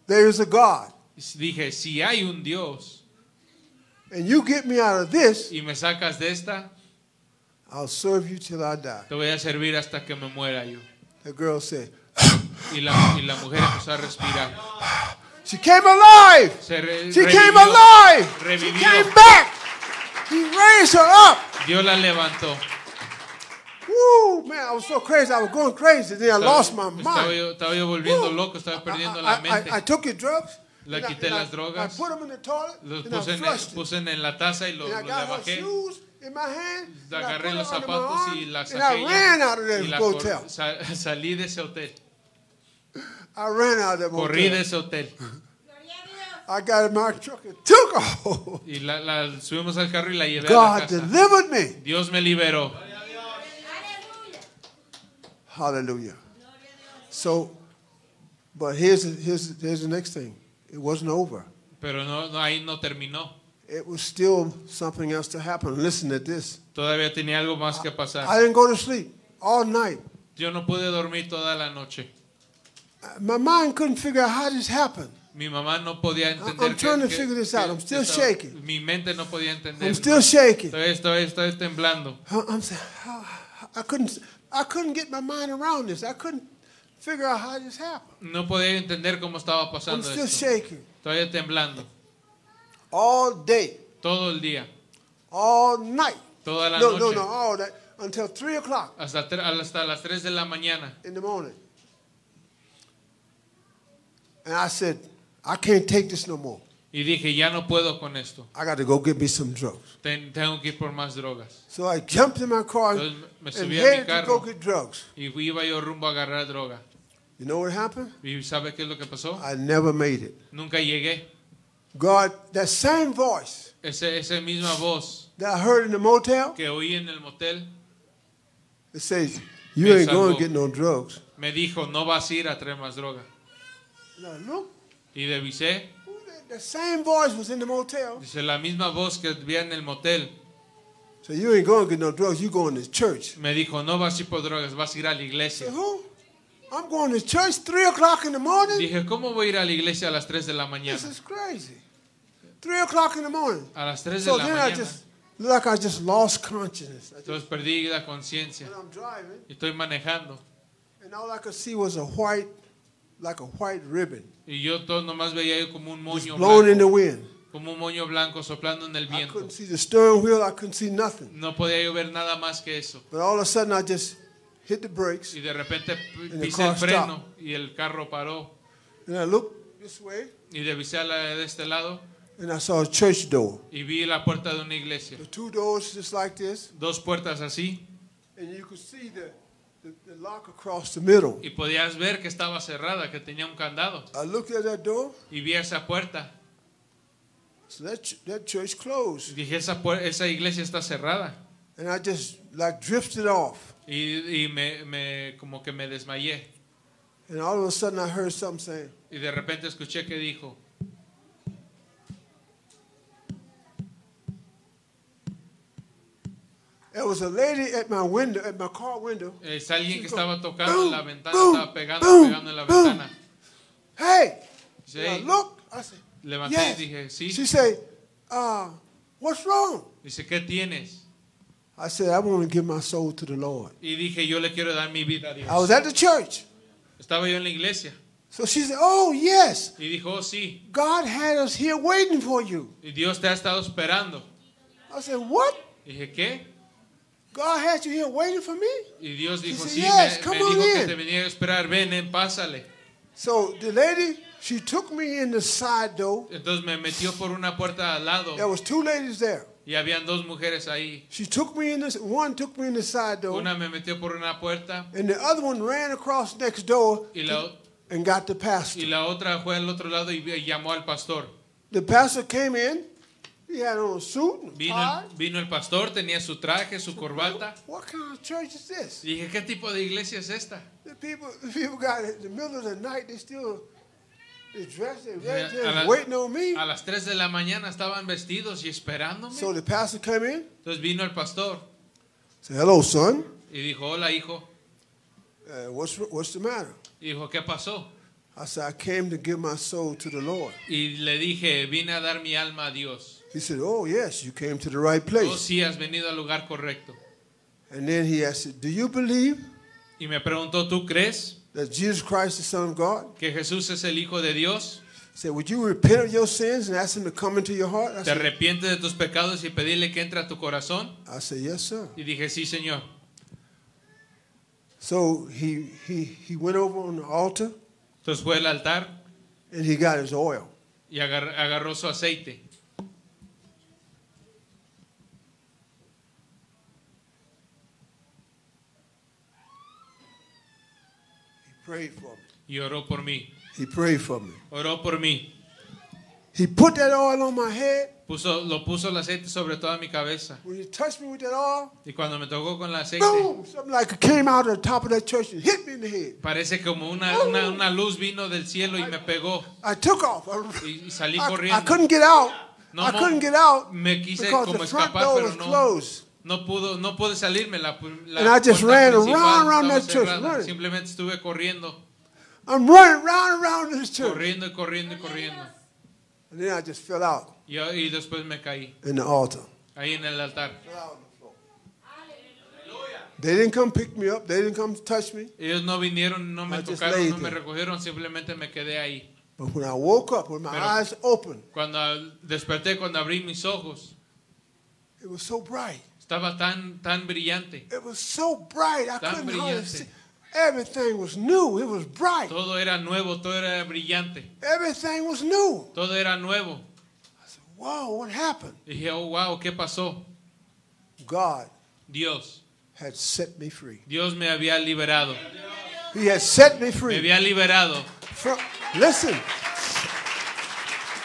Speaker 2: there is a God
Speaker 3: Dije, si hay un Dios
Speaker 2: and you get me out of this,
Speaker 3: y me sacas de esta,
Speaker 2: I'll serve you till I die.
Speaker 3: te voy a servir hasta que me muera yo.
Speaker 2: The girl said,
Speaker 3: Y la, y la mujer empezó a respirar.
Speaker 2: she came alive.
Speaker 3: Se re-
Speaker 2: She
Speaker 3: revivió.
Speaker 2: came alive. She
Speaker 3: Revivió.
Speaker 2: came back. He raised her up.
Speaker 3: Dios la levantó.
Speaker 2: Woo, man, I was so crazy. I was going crazy. Then I lost my
Speaker 3: Estaba
Speaker 2: mind.
Speaker 3: yo, estaba yo volviendo
Speaker 2: Woo.
Speaker 3: loco, estaba perdiendo
Speaker 2: I,
Speaker 3: la
Speaker 2: I,
Speaker 3: mente.
Speaker 2: I, I took your drugs.
Speaker 3: Le
Speaker 2: and I-
Speaker 3: quité
Speaker 2: and I-
Speaker 3: las drogas.
Speaker 2: I put them in the toilet.
Speaker 3: Los
Speaker 2: and I
Speaker 3: puse en,
Speaker 2: flushed it.
Speaker 3: puse en- en la taza y los
Speaker 2: And I
Speaker 3: los
Speaker 2: got her
Speaker 3: bajé.
Speaker 2: shoes in my hand. and I
Speaker 3: Agarré
Speaker 2: put
Speaker 3: los
Speaker 2: her under my
Speaker 3: zapatos y
Speaker 2: arm,
Speaker 3: la
Speaker 2: and I
Speaker 3: saqué.
Speaker 2: ran out of
Speaker 3: ya.
Speaker 2: that
Speaker 3: Y la cor-
Speaker 2: hotel.
Speaker 3: sa- salí de ese hotel.
Speaker 2: I ran out of that
Speaker 3: Corrí de
Speaker 2: hotel.
Speaker 3: ese hotel.
Speaker 1: Gloria a Dios.
Speaker 2: I got in my truck and took off.
Speaker 3: Y la, la subimos al carro y la llevé a la
Speaker 2: God
Speaker 3: casa.
Speaker 2: delivered me.
Speaker 3: Dios me liberó.
Speaker 1: Aleluya.
Speaker 2: Hallelujah.
Speaker 1: Gloria a Dios.
Speaker 2: So, but here's here's here's the next thing. It wasn't over.
Speaker 3: Pero no, no, ahí no terminó.
Speaker 2: It was still something else to happen. Listen to this.
Speaker 3: Todavía tenía algo más que pasar.
Speaker 2: I didn't go to sleep all night.
Speaker 3: Yo no pude dormir toda la noche.
Speaker 2: My mind couldn't figure out how this happened.
Speaker 3: Mi mamá no podía entender.
Speaker 2: I'm trying
Speaker 3: que-
Speaker 2: to
Speaker 3: que-
Speaker 2: figure this
Speaker 3: que-
Speaker 2: out. I'm still
Speaker 3: que estaba-
Speaker 2: shaking.
Speaker 3: Mi mente no podía entender.
Speaker 2: I'm still shaking.
Speaker 3: Estoy, estoy, estoy temblando.
Speaker 2: I- I'm saying, how, how- I couldn't, I couldn't get my mind around this. I couldn't figure out how this happened.
Speaker 3: No podía entender cómo estaba
Speaker 2: I'm
Speaker 3: pasando
Speaker 2: still
Speaker 3: esto.
Speaker 2: shaking
Speaker 3: Estoy temblando
Speaker 2: all day,
Speaker 3: todo el día,
Speaker 2: all night.
Speaker 3: toda la
Speaker 2: No, no,
Speaker 3: noche,
Speaker 2: no, all that until three o'clock
Speaker 3: Hasta, tre- hasta las 3 de la mañana.
Speaker 2: in the morning. And I said, I can't take this no more.
Speaker 3: Y dije, ya no puedo con esto.
Speaker 2: I got to go get me some drugs.
Speaker 3: Ten- tengo que ir por más drogas.
Speaker 2: So I jumped in my car
Speaker 3: Entonces me
Speaker 2: and
Speaker 3: subí a mi
Speaker 2: headed to go
Speaker 3: carro
Speaker 2: get drugs.
Speaker 3: y fui- iba yo rumbo a agarrar droga.
Speaker 2: You know what happened?
Speaker 3: ¿Y sabe qué es lo que pasó?
Speaker 2: I never made it.
Speaker 3: Nunca llegué.
Speaker 2: God, that same voice
Speaker 3: Ese, esa misma voz
Speaker 2: that I heard in the motel,
Speaker 3: que oí en el motel
Speaker 2: it says, You
Speaker 3: Me
Speaker 2: ain't going
Speaker 3: salvó.
Speaker 2: to get no drugs.
Speaker 3: me dijo, no vas a ir a traer más droga.
Speaker 2: Now look,
Speaker 3: Y revisé.
Speaker 2: who that- the same voice was in the motel.
Speaker 3: Dice, la misma voz que vi en el motel
Speaker 2: So you ain't going to get no drugs. You going to church.
Speaker 3: me dijo, no vas a ir por drogas, vas a ir a la
Speaker 2: So
Speaker 3: iglesia.
Speaker 2: who? I'm going to church three o'clock in the morning.
Speaker 3: Dije, ¿cómo voy a ir a la iglesia a las 3 de la mañana?
Speaker 2: This is crazy. Three o'clock in the morning.
Speaker 3: A las 3 de
Speaker 2: So
Speaker 3: la
Speaker 2: then I
Speaker 3: mañana.
Speaker 2: just look like I just lost consciousness. I just,
Speaker 3: Entonces perdí la conciencia.
Speaker 2: and I'm driving,
Speaker 3: Y estoy manejando.
Speaker 2: and all I could see was a white, like a white ribbon,
Speaker 3: Y yo todo nomás veía yo como un moño
Speaker 2: blown in the
Speaker 3: blanco,
Speaker 2: wind.
Speaker 3: como un moño blanco soplando en el
Speaker 2: I
Speaker 3: viento.
Speaker 2: couldn't see the steering wheel. I couldn't see nothing.
Speaker 3: No podía yo ver nada más que eso.
Speaker 2: But all of a sudden, I just hit the brakes
Speaker 3: Y de repente
Speaker 2: the
Speaker 3: pisé el
Speaker 2: car
Speaker 3: freno y el carro paró.
Speaker 2: and I looked this way
Speaker 3: Y revisé a la de este lado
Speaker 2: and I saw a church door.
Speaker 3: y vi la puerta de una iglesia.
Speaker 2: The two doors just like this,
Speaker 3: Dos puertas así
Speaker 2: and you could see the, the, the lock across the middle.
Speaker 3: y podías ver que estaba cerrada, que tenía un candado.
Speaker 2: I looked at that door,
Speaker 3: Y vi esa puerta.
Speaker 2: so that, ch- that church
Speaker 3: Y
Speaker 2: closed.
Speaker 3: dije, esa, puer- esa iglesia está cerrada.
Speaker 2: And I just like drifted off.
Speaker 3: Y, y me, me- como que me desmayé.
Speaker 2: And all of a sudden, I heard something saying,
Speaker 3: Y de repente escuché que dijo,
Speaker 2: There was a lady at my window, at my car window.
Speaker 3: Es alguien que
Speaker 2: Cinco.
Speaker 3: estaba tocando
Speaker 2: Boom,
Speaker 3: en la ventana,
Speaker 2: boom,
Speaker 3: estaba pegando,
Speaker 2: boom,
Speaker 3: pegando en la
Speaker 2: boom.
Speaker 3: ventana.
Speaker 2: Hey!
Speaker 3: Sí.
Speaker 2: And I looked. I said,
Speaker 3: Levanté
Speaker 2: yes.
Speaker 3: y dije, sí.
Speaker 2: She said, uh, What's wrong?
Speaker 3: Dice, ¿qué tienes?
Speaker 2: I said, I want to give my soul to the Lord.
Speaker 3: Y dije, yo le quiero dar mi vida a
Speaker 2: I was
Speaker 3: Dios.
Speaker 2: at the church.
Speaker 3: Estaba yo en la iglesia.
Speaker 2: So she said, Oh, yes,
Speaker 3: Y dijo, oh, sí.
Speaker 2: God had us here waiting for you.
Speaker 3: Y Dios te ha estado esperando.
Speaker 2: I said, What?
Speaker 3: Dije, ¿qué?
Speaker 2: God had you here waiting for me?
Speaker 3: Y Dios dijo,
Speaker 2: Dice,
Speaker 3: sí,
Speaker 2: "Yes,
Speaker 3: me, me
Speaker 2: come on
Speaker 3: dijo que
Speaker 2: in."
Speaker 3: te venía a esperar. Ven, ven, pásale.
Speaker 2: So the lady, she took me in the side door.
Speaker 3: Entonces me metió por una puerta al lado
Speaker 2: There was two ladies there.
Speaker 3: y habían dos mujeres ahí.
Speaker 2: She took me in this, one took me in the side door,
Speaker 3: Una me metió por una puerta
Speaker 2: and the other one ran across next door
Speaker 3: y la, o-
Speaker 2: and got the pastor.
Speaker 3: Y la otra fue al otro lado y vi- y llamó al pastor.
Speaker 2: The pastor came in. He had on a suit and a
Speaker 3: Vino,
Speaker 2: tie.
Speaker 3: el- vino el pastor, tenía su traje, su corbata.
Speaker 2: What kind of church is this?
Speaker 3: Y dije, ¿qué tipo de iglesia es esta?
Speaker 2: The people, the people got it in the middle of the night. They still they dressed, they ready,
Speaker 3: Yeah, and I-
Speaker 2: just waiting on me.
Speaker 3: A las 3 de la mañana estaban vestidos y esperándome.
Speaker 2: So the pastor came in.
Speaker 3: Entonces vino el pastor
Speaker 2: Said, "Hello, son.
Speaker 3: y dijo, hola hijo.
Speaker 2: Uh, what's what's the matter?"
Speaker 3: Y dijo, ¿qué pasó?
Speaker 2: I said, "I came to give my soul to the Lord."
Speaker 3: Y le dije, vine a dar mi alma a Dios.
Speaker 2: He said, "Oh yes, you came to the right
Speaker 3: Oh,
Speaker 2: place."
Speaker 3: sí, has venido al lugar correcto.
Speaker 2: And then he asked, "Do you believe
Speaker 3: Y me preguntó, ¿tú crees
Speaker 2: that Jesus Christ, the Son of God?"
Speaker 3: que Jesús es el Hijo de Dios?
Speaker 2: He said, "Would you repent of your sins and ask Him to come into your heart?" I
Speaker 3: ¿Te
Speaker 2: said,
Speaker 3: arrepientes de tus pecados y pedirle que entre a tu corazón?
Speaker 2: I said "Yes, sir."
Speaker 3: Y dije, sí, Señor.
Speaker 2: So he, he, he went over on the altar
Speaker 3: Entonces fue al altar
Speaker 2: and he got his oil.
Speaker 3: y agar- agarró su aceite.
Speaker 2: He prayed for me.
Speaker 3: Y oró por mí.
Speaker 2: He prayed for me.
Speaker 3: Oró por mí.
Speaker 2: He put that oil on my head.
Speaker 3: Puso, lo puso el aceite sobre toda mi cabeza.
Speaker 2: When he touched me with that oil,
Speaker 3: Y cuando me tocó con el aceite,
Speaker 2: boom! Something like it came out of the top of that church and hit me in the head.
Speaker 3: parece como una, una, una luz vino del cielo y me pegó.
Speaker 2: I took off.
Speaker 3: Y,
Speaker 2: I,
Speaker 3: y salí
Speaker 2: I, I
Speaker 3: corriendo.
Speaker 2: couldn't get out.
Speaker 3: No
Speaker 2: I
Speaker 3: mo-
Speaker 2: couldn't get out
Speaker 3: me quise
Speaker 2: because
Speaker 3: como
Speaker 2: the front
Speaker 3: escapar,
Speaker 2: door
Speaker 3: pero
Speaker 2: was
Speaker 3: no.
Speaker 2: closed.
Speaker 3: No pudo, no pude salirme. La, la
Speaker 2: And I just
Speaker 3: puerta
Speaker 2: ran around, around
Speaker 3: principal estaba
Speaker 2: that church,
Speaker 3: cerrada.
Speaker 2: running.
Speaker 3: Simplemente estuve corriendo,
Speaker 2: I'm running round and round this church.
Speaker 3: corriendo y corriendo y corriendo.
Speaker 2: And then I just fell out
Speaker 3: Y, y después me caí
Speaker 2: in the altar.
Speaker 3: ahí en el altar.
Speaker 2: Fell out on the floor. They didn't come pick me up. They didn't come touch me.
Speaker 3: Ellos no vinieron, no me
Speaker 2: I just
Speaker 3: tocaron,
Speaker 2: laid
Speaker 3: no me
Speaker 2: there.
Speaker 3: recogieron, simplemente me quedé ahí.
Speaker 2: But when I woke up, when my
Speaker 3: Pero-
Speaker 2: eyes opened,
Speaker 3: Cuando desperté, cuando abrí mis ojos,
Speaker 2: it was so bright.
Speaker 3: estaba tan, tan brillante.
Speaker 2: It was so bright. I
Speaker 3: Tan
Speaker 2: couldn't hardly
Speaker 3: brillante.
Speaker 2: see. Everything was new. It was bright.
Speaker 3: Todo era nuevo, todo era brillante,
Speaker 2: Everything was new.
Speaker 3: todo era nuevo.
Speaker 2: I said, "Wow, what happened?"
Speaker 3: Y dije, oh, wow, ¿qué pasó?
Speaker 2: God
Speaker 3: Dios,
Speaker 2: had set me free.
Speaker 3: Dios me había liberado,
Speaker 2: He had set me
Speaker 3: me
Speaker 2: free.
Speaker 3: había liberado.
Speaker 2: From, listen,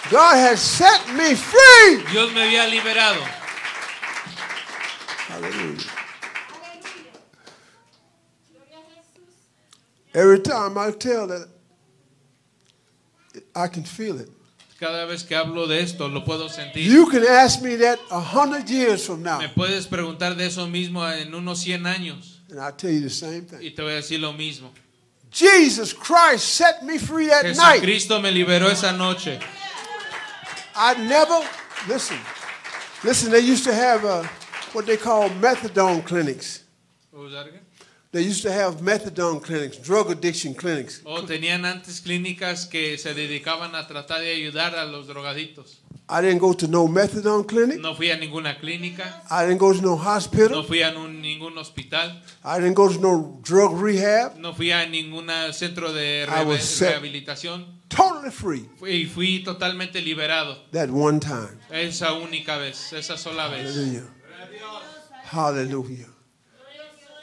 Speaker 2: God has set me free.
Speaker 3: Dios me había liberado.
Speaker 2: Hallelujah.
Speaker 1: Aleluya. Gloria a Jesús.
Speaker 2: Every time I tell that, I can feel it.
Speaker 3: Cada vez que hablo de esto, lo puedo sentir.
Speaker 2: You can ask me that a hundred years from now,
Speaker 3: Me puedes preguntar de eso mismo en unos 100 años
Speaker 2: and I'll tell you the same thing.
Speaker 3: y te voy a decir lo mismo.
Speaker 2: Jesus Christ set me free that night.
Speaker 3: Jesucristo me liberó esa noche.
Speaker 2: I never, listen, listen, they used to have uh what they call methadone clinics.
Speaker 3: Oh,
Speaker 2: They used to have methadone clinics, drug addiction clinics.
Speaker 3: O Oh, tenían antes clínicas que se dedicaban a tratar de ayudar a los drogadictos.
Speaker 2: I didn't go to no methadone clinic.
Speaker 3: No fui a ninguna clínica,
Speaker 2: I didn't go to no
Speaker 3: no
Speaker 2: hospital.
Speaker 3: fui a nun- ningún hospital,
Speaker 2: I didn't go to no drug rehab.
Speaker 3: no fui a ningún centro de
Speaker 2: I was
Speaker 3: re-
Speaker 2: set.
Speaker 3: rehabilitación
Speaker 2: Totally free
Speaker 3: Fui- y fui totalmente liberado.
Speaker 2: that one time.
Speaker 3: Esa única vez, esa sola vez.
Speaker 2: Hallelujah. Hallelujah.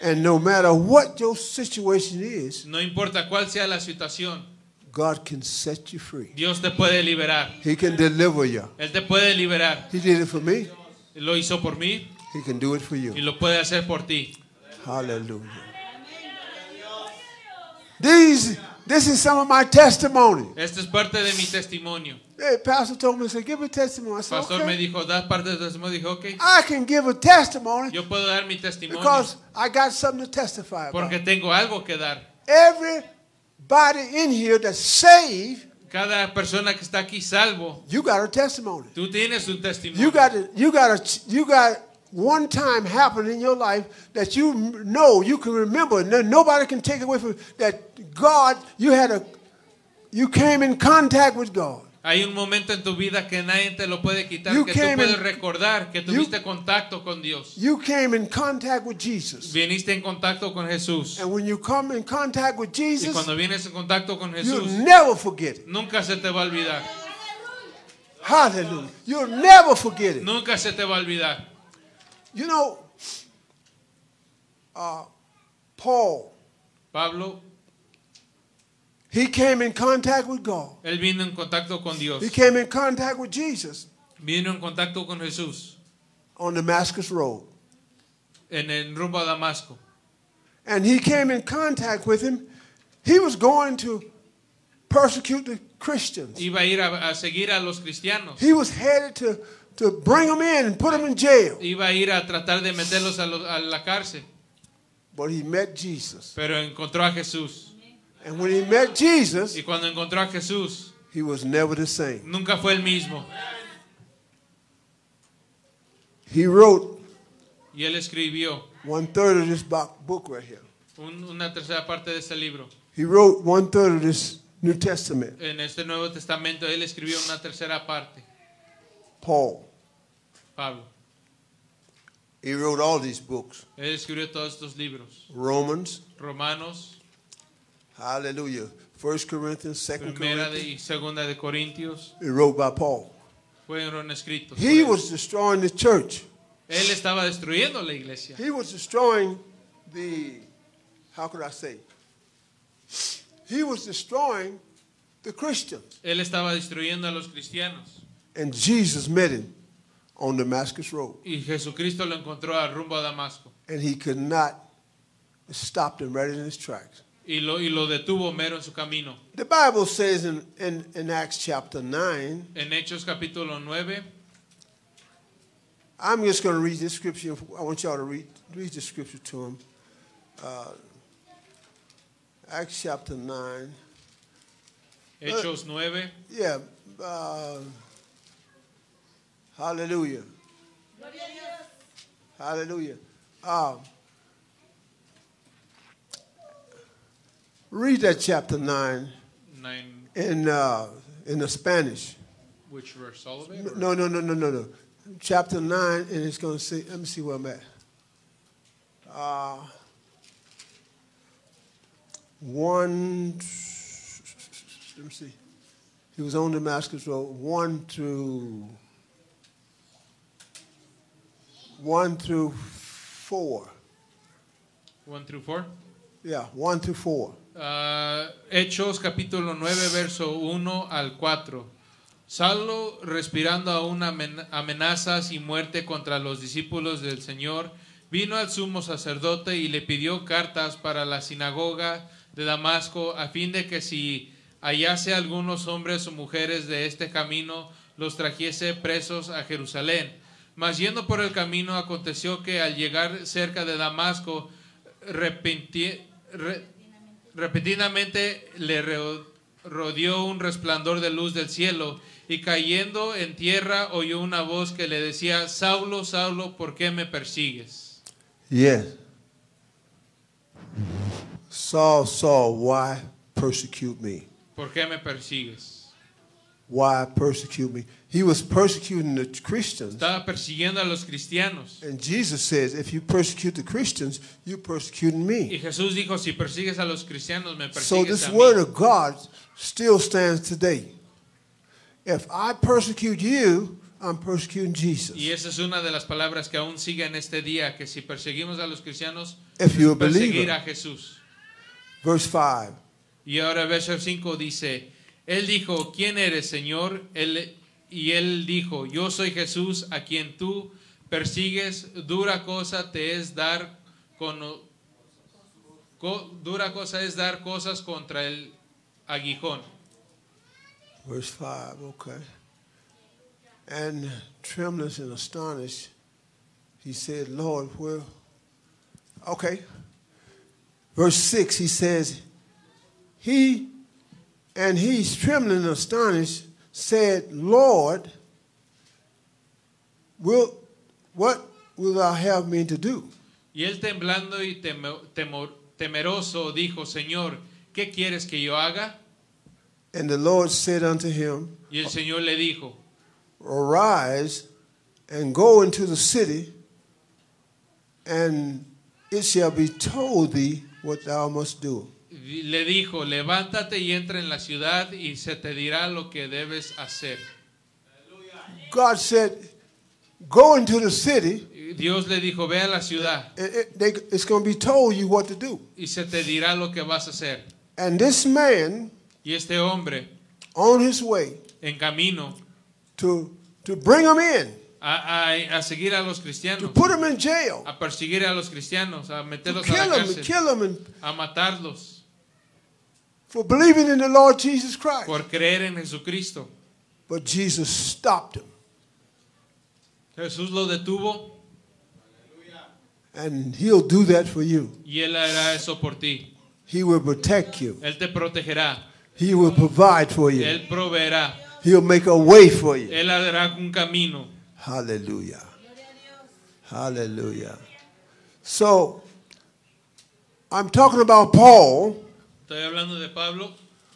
Speaker 2: And no matter what your situation is,
Speaker 3: No importa cuál sea la situación,
Speaker 2: God can set you free.
Speaker 3: Dios te puede liberar.
Speaker 2: He can deliver you.
Speaker 3: Él te puede liberar.
Speaker 2: He did it for me.
Speaker 3: Lo hizo por mí
Speaker 2: He can do it for
Speaker 3: y
Speaker 2: you.
Speaker 3: lo puede hacer por ti.
Speaker 2: Hallelujah. These, this is some of my testimony.
Speaker 3: Esta es parte de mi testimonio.
Speaker 2: Hey, pastor told me, said, give a testimony. I said,
Speaker 3: Pastor me
Speaker 2: okay.
Speaker 3: dijo, das parte de tu testimonio. Dije, ok,
Speaker 2: I can give a testimony
Speaker 3: yo puedo dar mi testimonio
Speaker 2: because I got something to testify about.
Speaker 3: porque tengo algo que dar.
Speaker 2: Everybody in here that's saved,
Speaker 3: Cada persona que está aquí salvo,
Speaker 2: you got a testimony.
Speaker 3: tú tienes un
Speaker 2: You
Speaker 3: testimonio.
Speaker 2: got a, you got a, you got one time happen in your life that you m- know you can remember and then nobody can take away from that God you had a you came in contact with God.
Speaker 3: Hay un momento en tu vida que nadie te lo puede quitar,
Speaker 2: You
Speaker 3: que tú
Speaker 2: came
Speaker 3: puedes
Speaker 2: in-
Speaker 3: recordar que tuviste contacto con Dios.
Speaker 2: You came in contact with Jesus.
Speaker 3: Viniste en contacto con Jesús.
Speaker 2: And when you come in contact with
Speaker 3: Y
Speaker 2: Jesus,
Speaker 3: cuando vienes en contacto con
Speaker 2: you'll
Speaker 3: Jesús,
Speaker 2: never forget it.
Speaker 3: nunca se te va a olvidar.
Speaker 2: Hallelujah. You'll never forget it.
Speaker 3: Nunca se te va a olvidar.
Speaker 2: You know, uh, Paul,
Speaker 3: Pablo,
Speaker 2: He came in contact with God.
Speaker 3: Él vino en contacto con Dios.
Speaker 2: He came in contact with Jesus
Speaker 3: Vino en contacto con Jesús
Speaker 2: on Damascus Road.
Speaker 3: en el rumbo a Damasco.
Speaker 2: And he came in contact with him. He was going to persecute the Christians.
Speaker 3: Iba a ir a, a seguir a los cristianos.
Speaker 2: He was headed to, to bring them in and put them in jail.
Speaker 3: Iba a ir a tratar de meterlos a, lo- a la cárcel.
Speaker 2: But he met Jesus.
Speaker 3: Pero encontró a Jesús.
Speaker 2: And when he met Jesus,
Speaker 3: Y cuando encontró a Jesús,
Speaker 2: he was never the same.
Speaker 3: nunca fue el mismo.
Speaker 2: He wrote
Speaker 3: Y él escribió
Speaker 2: one third of this bo- book right here.
Speaker 3: un- una tercera parte de este libro.
Speaker 2: He wrote one third of this New Testament,
Speaker 3: En este Nuevo Testamento, él escribió una tercera parte,
Speaker 2: Paul.
Speaker 3: Pablo.
Speaker 2: He wrote all these books
Speaker 3: Él escribió todos estos libros.
Speaker 2: Romans,
Speaker 3: Romanos,
Speaker 2: hallelujah, First Corinthians, Second
Speaker 3: primera de-
Speaker 2: Corinthians.
Speaker 3: y segunda de Corintios,
Speaker 2: It wrote by Paul.
Speaker 3: fueron escritos. por
Speaker 2: He
Speaker 3: él.
Speaker 2: was destroying the church.
Speaker 3: Él estaba destruyendo la iglesia.
Speaker 2: He was destroying the, how could I say? He was destroying the Christians.
Speaker 3: Él estaba destruyendo a los cristianos.
Speaker 2: And Jesus met him on Damascus Road.
Speaker 3: Y Jesucristo lo encontró a rumbo a Damasco.
Speaker 2: And he could not stop him right in his tracks.
Speaker 3: Y lo, y lo detuvo mero en su camino.
Speaker 2: The Bible says in, in, in Acts chapter 9,
Speaker 3: En Hechos capítulo 9,
Speaker 2: I'm just going to read this scripture. I want y'all to read, read the scripture to him. Uh, Acts chapter 9.
Speaker 3: Hechos 9,
Speaker 2: Yeah. Uh, hallelujah. Hallelujah. Um, read that chapter 9
Speaker 3: 9,
Speaker 2: in, uh, in the Spanish.
Speaker 3: which verse, all of it?
Speaker 2: No, no, no, no, no, no. Chapter 9, and it's going to say, let me see where I'm at. Uh, one, let me see. He was on Damascus Road, 1 through, 1 through 4.
Speaker 3: 1 through 4.
Speaker 2: Yeah, 1 through 4.
Speaker 3: Ah, Hechos capítulo 9, verso 1 al 4. Saulo, respirando aún amen- amenazas y muerte contra los discípulos del Señor, vino al sumo sacerdote y le pidió cartas para la sinagoga de Damasco, a fin de que si hallase algunos hombres o mujeres de este camino, los trajese presos a Jerusalén. Mas yendo por el camino, aconteció que al llegar cerca de Damasco, repenti- re- Repentinamente le reo- rodeó un resplandor de luz del cielo y cayendo en tierra oyó una voz que le decía, Saulo, Saulo, ¿por qué me persigues?
Speaker 2: Yes. Saul, Saul, why persecute me?
Speaker 3: ¿Por qué me persigues?
Speaker 2: why persecute me? He was persecuting the Christians.
Speaker 3: Estaba persiguiendo a los cristianos.
Speaker 2: And Jesus says, if you persecute the Christians, you're persecuting
Speaker 3: Y
Speaker 2: me.
Speaker 3: Jesús dijo, si persigues a los cristianos, me
Speaker 2: So
Speaker 3: persigues
Speaker 2: this
Speaker 3: a
Speaker 2: word
Speaker 3: mí.
Speaker 2: of God still stands today. If I persecute you, I'm persecuting
Speaker 3: Y
Speaker 2: Jesus.
Speaker 3: esa es una de las palabras que aún sigue en este día, que si perseguimos a los cristianos,
Speaker 2: If you're a
Speaker 3: perseguir a
Speaker 2: believer.
Speaker 3: Jesús.
Speaker 2: Verse 5.
Speaker 3: Y ahora verso 5 dice, Él dijo, ¿quién eres, Señor? Él, y él dijo, yo soy Jesús a quien tú persigues, dura cosa te es dar con, co- dura cosa es dar cosas contra el aguijón.
Speaker 2: Verse 5, okay. And tremulous and astonished, he said, Lord, where? Okay. Verse 6, he says, He, and he's trembling and astonished, said, Lord, will, what will thou have me to do?
Speaker 3: Y él temblando y temo- temor- temeroso dijo, Señor, ¿qué quieres que yo haga?
Speaker 2: And the Lord said unto him,
Speaker 3: Y el Señor le dijo,
Speaker 2: arise and go into the city, and it shall be told thee what thou must do.
Speaker 3: le dijo, levántate y entra en la ciudad y se te dirá lo que debes hacer.
Speaker 2: God said, Go into the city,
Speaker 3: Dios le dijo, ve a la ciudad
Speaker 2: and it, they, it's going to be told you what to do.
Speaker 3: y se te dirá lo que vas a hacer.
Speaker 2: And this man
Speaker 3: Y este hombre,
Speaker 2: on his way
Speaker 3: en camino
Speaker 2: to, to bring them in,
Speaker 3: a, a- a seguir a los
Speaker 2: to
Speaker 3: cristianos,
Speaker 2: put them in jail,
Speaker 3: a perseguir a los cristianos, a
Speaker 2: to
Speaker 3: meterlos a
Speaker 2: kill
Speaker 3: la
Speaker 2: them, and
Speaker 3: cárcel,
Speaker 2: kill them and,
Speaker 3: a matarlos
Speaker 2: for believing in the Lord Jesus Christ.
Speaker 3: por creer en Jesucristo.
Speaker 2: But Jesus stopped him
Speaker 3: Jesús lo detuvo
Speaker 2: and he'll do that for you.
Speaker 3: y Él hará eso por ti.
Speaker 2: He will protect you.
Speaker 3: Él te protegerá,
Speaker 2: He will provide for you.
Speaker 3: Él proveerá,
Speaker 2: He'll make a way for you.
Speaker 3: Él hará un camino.
Speaker 2: Hallelujah. Hallelujah. So, I'm talking about Paul,
Speaker 3: Estoy hablando de Pablo,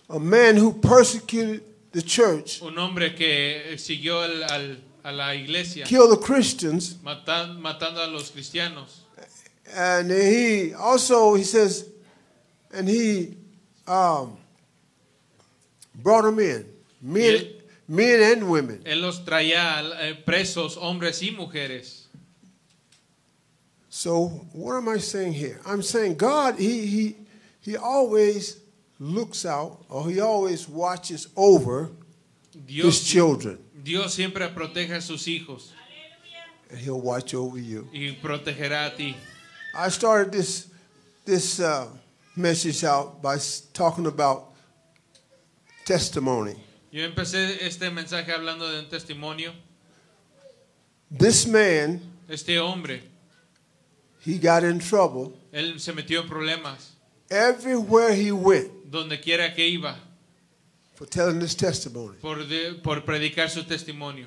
Speaker 2: a man who persecuted the church,
Speaker 3: un hombre que siguió al- al- a la iglesia,
Speaker 2: killed the Christians,
Speaker 3: matan- matando a los cristianos.
Speaker 2: and he also, he says, and he um, brought them in, men,
Speaker 3: Yeah.
Speaker 2: men and women.
Speaker 3: Él los traía al- eh, presos, hombres y mujeres.
Speaker 2: So what am I saying here? I'm saying God, he, he, he always looks out, or he always watches over his
Speaker 3: Dios,
Speaker 2: children,
Speaker 3: Dios siempre protege a sus hijos
Speaker 2: and he'll watch over you.
Speaker 3: y protegerá a ti.
Speaker 2: I started this this uh, message out by s- talking about testimony.
Speaker 3: Yo empecé este mensaje hablando de un testimonio.
Speaker 2: This man,
Speaker 3: Este hombre,
Speaker 2: he got in trouble
Speaker 3: él se metió en problemas
Speaker 2: everywhere he went
Speaker 3: donde quiera que iba
Speaker 2: for telling this testimony.
Speaker 3: por, de- por predicar su testimonio.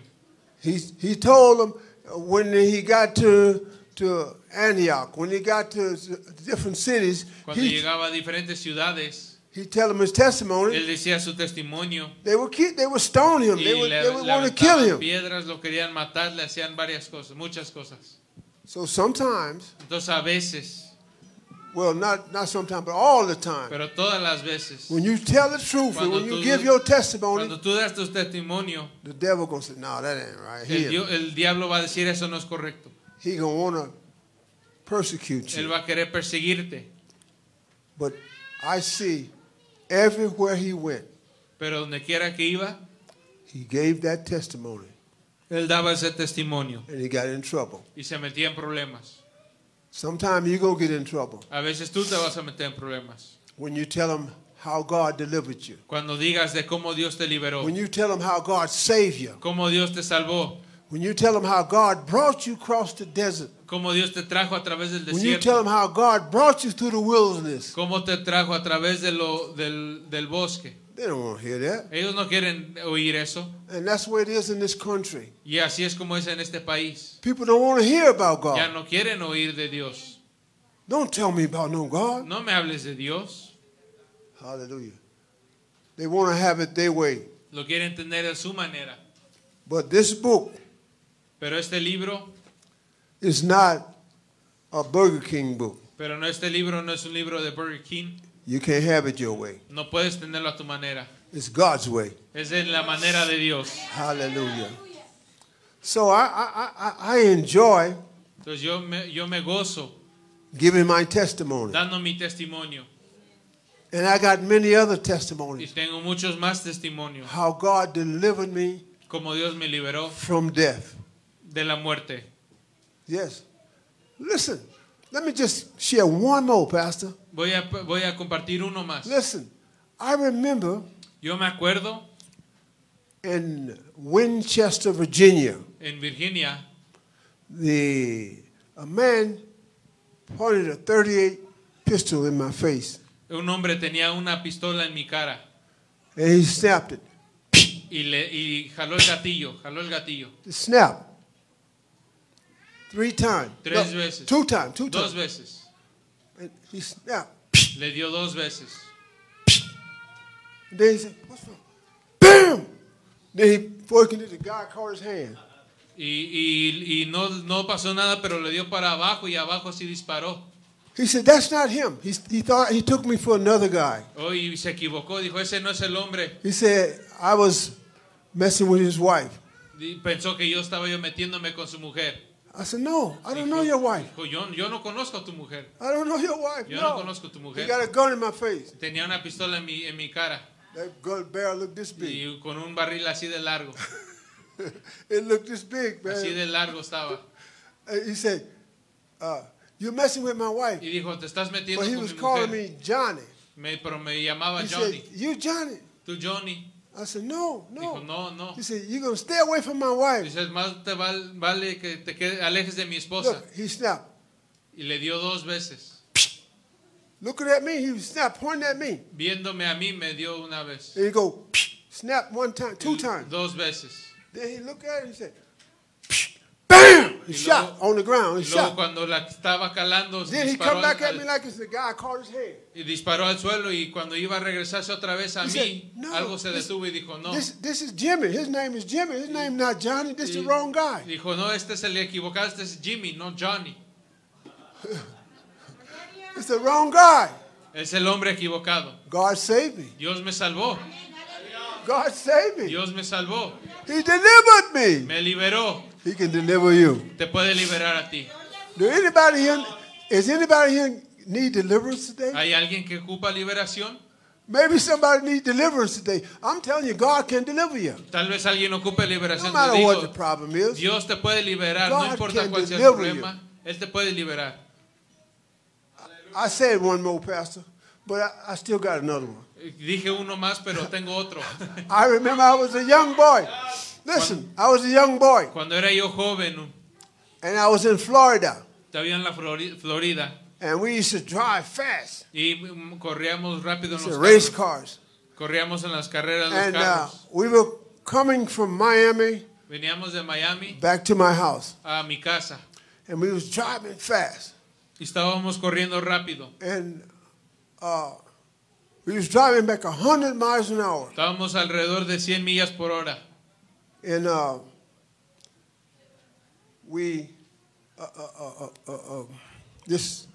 Speaker 2: He he told them uh, when he got to to Antioch, when he got to s- different cities,
Speaker 3: Cuando
Speaker 2: he
Speaker 3: llegaba a diferentes ciudades,
Speaker 2: he tell them his testimony.
Speaker 3: él decía su testimonio
Speaker 2: They would keep, they would stone him.
Speaker 3: y
Speaker 2: They would
Speaker 3: le,
Speaker 2: they would
Speaker 3: le
Speaker 2: want to kill
Speaker 3: aventaban
Speaker 2: him.
Speaker 3: piedras, lo querían matar, le hacían varias cosas, muchas cosas.
Speaker 2: So sometimes,
Speaker 3: Entonces a veces,
Speaker 2: well, not not sometimes, but all the time.
Speaker 3: pero todas las veces,
Speaker 2: When you tell the truth and
Speaker 3: Cuando
Speaker 2: when you
Speaker 3: tú-
Speaker 2: give your testimony,
Speaker 3: cuando tú das tu testimonio,
Speaker 2: the devil gonna say, "No, that ain't right."
Speaker 3: el,
Speaker 2: He,
Speaker 3: dio- el diablo va a decir eso no es correcto.
Speaker 2: he gonna wanna persecute
Speaker 3: Él
Speaker 2: you.
Speaker 3: va a querer perseguirte,
Speaker 2: But I see everywhere he went,
Speaker 3: pero donde quiera que iba,
Speaker 2: he gave that testimony,
Speaker 3: él daba ese testimonio
Speaker 2: and he got in trouble.
Speaker 3: y se metía en problemas.
Speaker 2: Sometimes you gonna get in trouble
Speaker 3: A veces tú te vas a meter en problemas.
Speaker 2: when you tell him how God delivered you,
Speaker 3: Cuando digas de cómo Dios te liberó,
Speaker 2: when you tell him how God saved you,
Speaker 3: cómo Dios te salvó,
Speaker 2: when you tell him how God brought you across the desert,
Speaker 3: cómo Dios te trajo a través del
Speaker 2: when you tell him
Speaker 3: desierto,
Speaker 2: how God brought you through the wilderness.
Speaker 3: cómo te trajo a través de lo, del, del bosque.
Speaker 2: They don't want to hear that,
Speaker 3: Ellos no quieren oír eso.
Speaker 2: and that's the way it is in this country.
Speaker 3: Y así es como es en este país.
Speaker 2: People don't want to hear about God.
Speaker 3: Ya no quieren oír de Dios.
Speaker 2: Don't tell me about no God.
Speaker 3: No me hables de Dios.
Speaker 2: Hallelujah. They want to have it their way.
Speaker 3: Lo quieren tener a su manera.
Speaker 2: But this book
Speaker 3: Pero este libro,
Speaker 2: is not a Burger King book.
Speaker 3: pero no este libro no es un libro de Burger King.
Speaker 2: You can't have it your way.
Speaker 3: No puedes tenerlo a tu manera.
Speaker 2: It's God's way.
Speaker 3: Es de la manera de Dios.
Speaker 2: Hallelujah. So I, I, I, I enjoy
Speaker 3: Entonces yo me, yo me gozo
Speaker 2: giving my testimony.
Speaker 3: dando mi testimonio.
Speaker 2: And I got many other
Speaker 3: Y
Speaker 2: testimonies.
Speaker 3: tengo muchos más testimonios.
Speaker 2: How God delivered me
Speaker 3: Como Dios me liberó
Speaker 2: from death.
Speaker 3: de la muerte.
Speaker 2: Yes. Listen, let me just share one more, Pastor.
Speaker 3: Voy a, voy a compartir uno más.
Speaker 2: Listen, I remember
Speaker 3: Yo me acuerdo
Speaker 2: in Winchester, Virginia,
Speaker 3: en Virginia,
Speaker 2: the a man pointed a 38 pistol in my face
Speaker 3: un hombre tenía una pistola en mi cara
Speaker 2: and he snapped it.
Speaker 3: y, le, y jaló el gatillo, jaló el gatillo.
Speaker 2: It snapped. Three times.
Speaker 3: Tres veces.
Speaker 2: Two times, two
Speaker 3: Dos
Speaker 2: times.
Speaker 3: veces.
Speaker 2: And he snapped.
Speaker 3: Le dio dos veces.
Speaker 2: And then he said, What's wrong? Bam! Then he before he can do it, the guy caught his hand.
Speaker 3: Y, y- y no, no pasó nada, pero le dio para abajo y abajo sí disparó.
Speaker 2: He said, That's not him. He, he thought he took me for another guy.
Speaker 3: Oh, y se equivocó, dijo, ese no es el hombre.
Speaker 2: He said, I was messing with his wife.
Speaker 3: Y pensó que yo estaba yo metiéndome con su mujer.
Speaker 2: I said, No, I don't
Speaker 3: Dijo-
Speaker 2: know your wife.
Speaker 3: dijo, yo, yo no conozco a tu mujer.
Speaker 2: I don't know your wife.
Speaker 3: Yo no
Speaker 2: no.
Speaker 3: conozco a tu
Speaker 2: He
Speaker 3: mujer.
Speaker 2: got a gun in my face.
Speaker 3: Tenía una pistola en mi, en mi cara.
Speaker 2: That gold barrel looked this big.
Speaker 3: y con un barril así de largo.
Speaker 2: it looked this big, man.
Speaker 3: Así de largo estaba.
Speaker 2: And he said, uh, You're messing with my wife.
Speaker 3: Y dijo, te estás metiendo
Speaker 2: But he
Speaker 3: con
Speaker 2: was
Speaker 3: mi
Speaker 2: calling
Speaker 3: mujer.
Speaker 2: me Johnny.
Speaker 3: Me, pero me llamaba
Speaker 2: He said,
Speaker 3: Johnny.
Speaker 2: You Johnny?
Speaker 3: Tú Johnny.
Speaker 2: I said, No,
Speaker 3: Dijo,
Speaker 2: no.
Speaker 3: no, no.
Speaker 2: He said, You're going to stay away from my wife.
Speaker 3: Dices, más te val- vale que te quede- alejes de mi esposa.
Speaker 2: Look, he snapped.
Speaker 3: Y le dio dos veces.
Speaker 2: Looking at me, he snapped, pointing at me.
Speaker 3: Viéndome a mí, me dio una vez.
Speaker 2: And he go, snap one time, two times.
Speaker 3: Dos veces.
Speaker 2: Then he looked at it and he said, BAM! He
Speaker 3: Y
Speaker 2: shot
Speaker 3: luego-
Speaker 2: on the ground. He
Speaker 3: Y luego
Speaker 2: shot.
Speaker 3: cuando la estaba calando,
Speaker 2: Then he
Speaker 3: disparó
Speaker 2: come back
Speaker 3: al-
Speaker 2: at me like it's the guy I caught his hand.
Speaker 3: y disparó al suelo. Y cuando iba a regresarse otra vez a
Speaker 2: He
Speaker 3: mí,
Speaker 2: said, "No,
Speaker 3: algo se
Speaker 2: this-
Speaker 3: detuvo y dijo, no.
Speaker 2: This, this is Jimmy. His name is Jimmy. His name not Johnny. This is the wrong guy.
Speaker 3: Dijo, no, este es el equivocado, este es Jimmy, no Johnny.
Speaker 2: It's the wrong guy.
Speaker 3: Es el hombre equivocado.
Speaker 2: God saved me.
Speaker 3: Dios me salvó.
Speaker 2: God saved me.
Speaker 3: Dios me salvó.
Speaker 2: He delivered me.
Speaker 3: Me liberó.
Speaker 2: He can deliver you.
Speaker 3: Te puede liberar a ti.
Speaker 2: Do anybody here, is anybody here need deliverance today?
Speaker 3: ¿Hay alguien que ocupa liberación?
Speaker 2: Maybe somebody need deliverance today. I'm telling you, God can deliver you.
Speaker 3: Tal vez alguien ocupe
Speaker 2: No
Speaker 3: liberación. Te
Speaker 2: matter what the
Speaker 3: digo,
Speaker 2: problem is.
Speaker 3: Dios te puede liberar,
Speaker 2: God
Speaker 3: no importa
Speaker 2: can
Speaker 3: cuál sea el
Speaker 2: deliver
Speaker 3: problema. Él te puede liberar.
Speaker 2: I said one more, Pastor, but I, I still got another one.
Speaker 3: Eh, Dije uno más, pero tengo otro.
Speaker 2: I remember I was a young boy. Listen, I was a young boy,
Speaker 3: Cuando era yo joven,
Speaker 2: and I was in Florida,
Speaker 3: estaba en la Flori- Florida
Speaker 2: and we used to drive fast.
Speaker 3: y mm, corríamos rápido en
Speaker 2: It's a
Speaker 3: los
Speaker 2: race
Speaker 3: carros.
Speaker 2: cars.
Speaker 3: Corríamos en las carreras, en
Speaker 2: And
Speaker 3: los
Speaker 2: uh,
Speaker 3: carros.
Speaker 2: we were coming from Miami
Speaker 3: Veníamos de Miami
Speaker 2: back to my house,
Speaker 3: a mi casa
Speaker 2: and we was driving fast.
Speaker 3: y estábamos corriendo rápido.
Speaker 2: And uh, we was driving back 100 miles an hour.
Speaker 3: Estábamos alrededor de 100 millas por hora.
Speaker 2: And uh, we, uh, uh, uh, uh, uh, uh, this,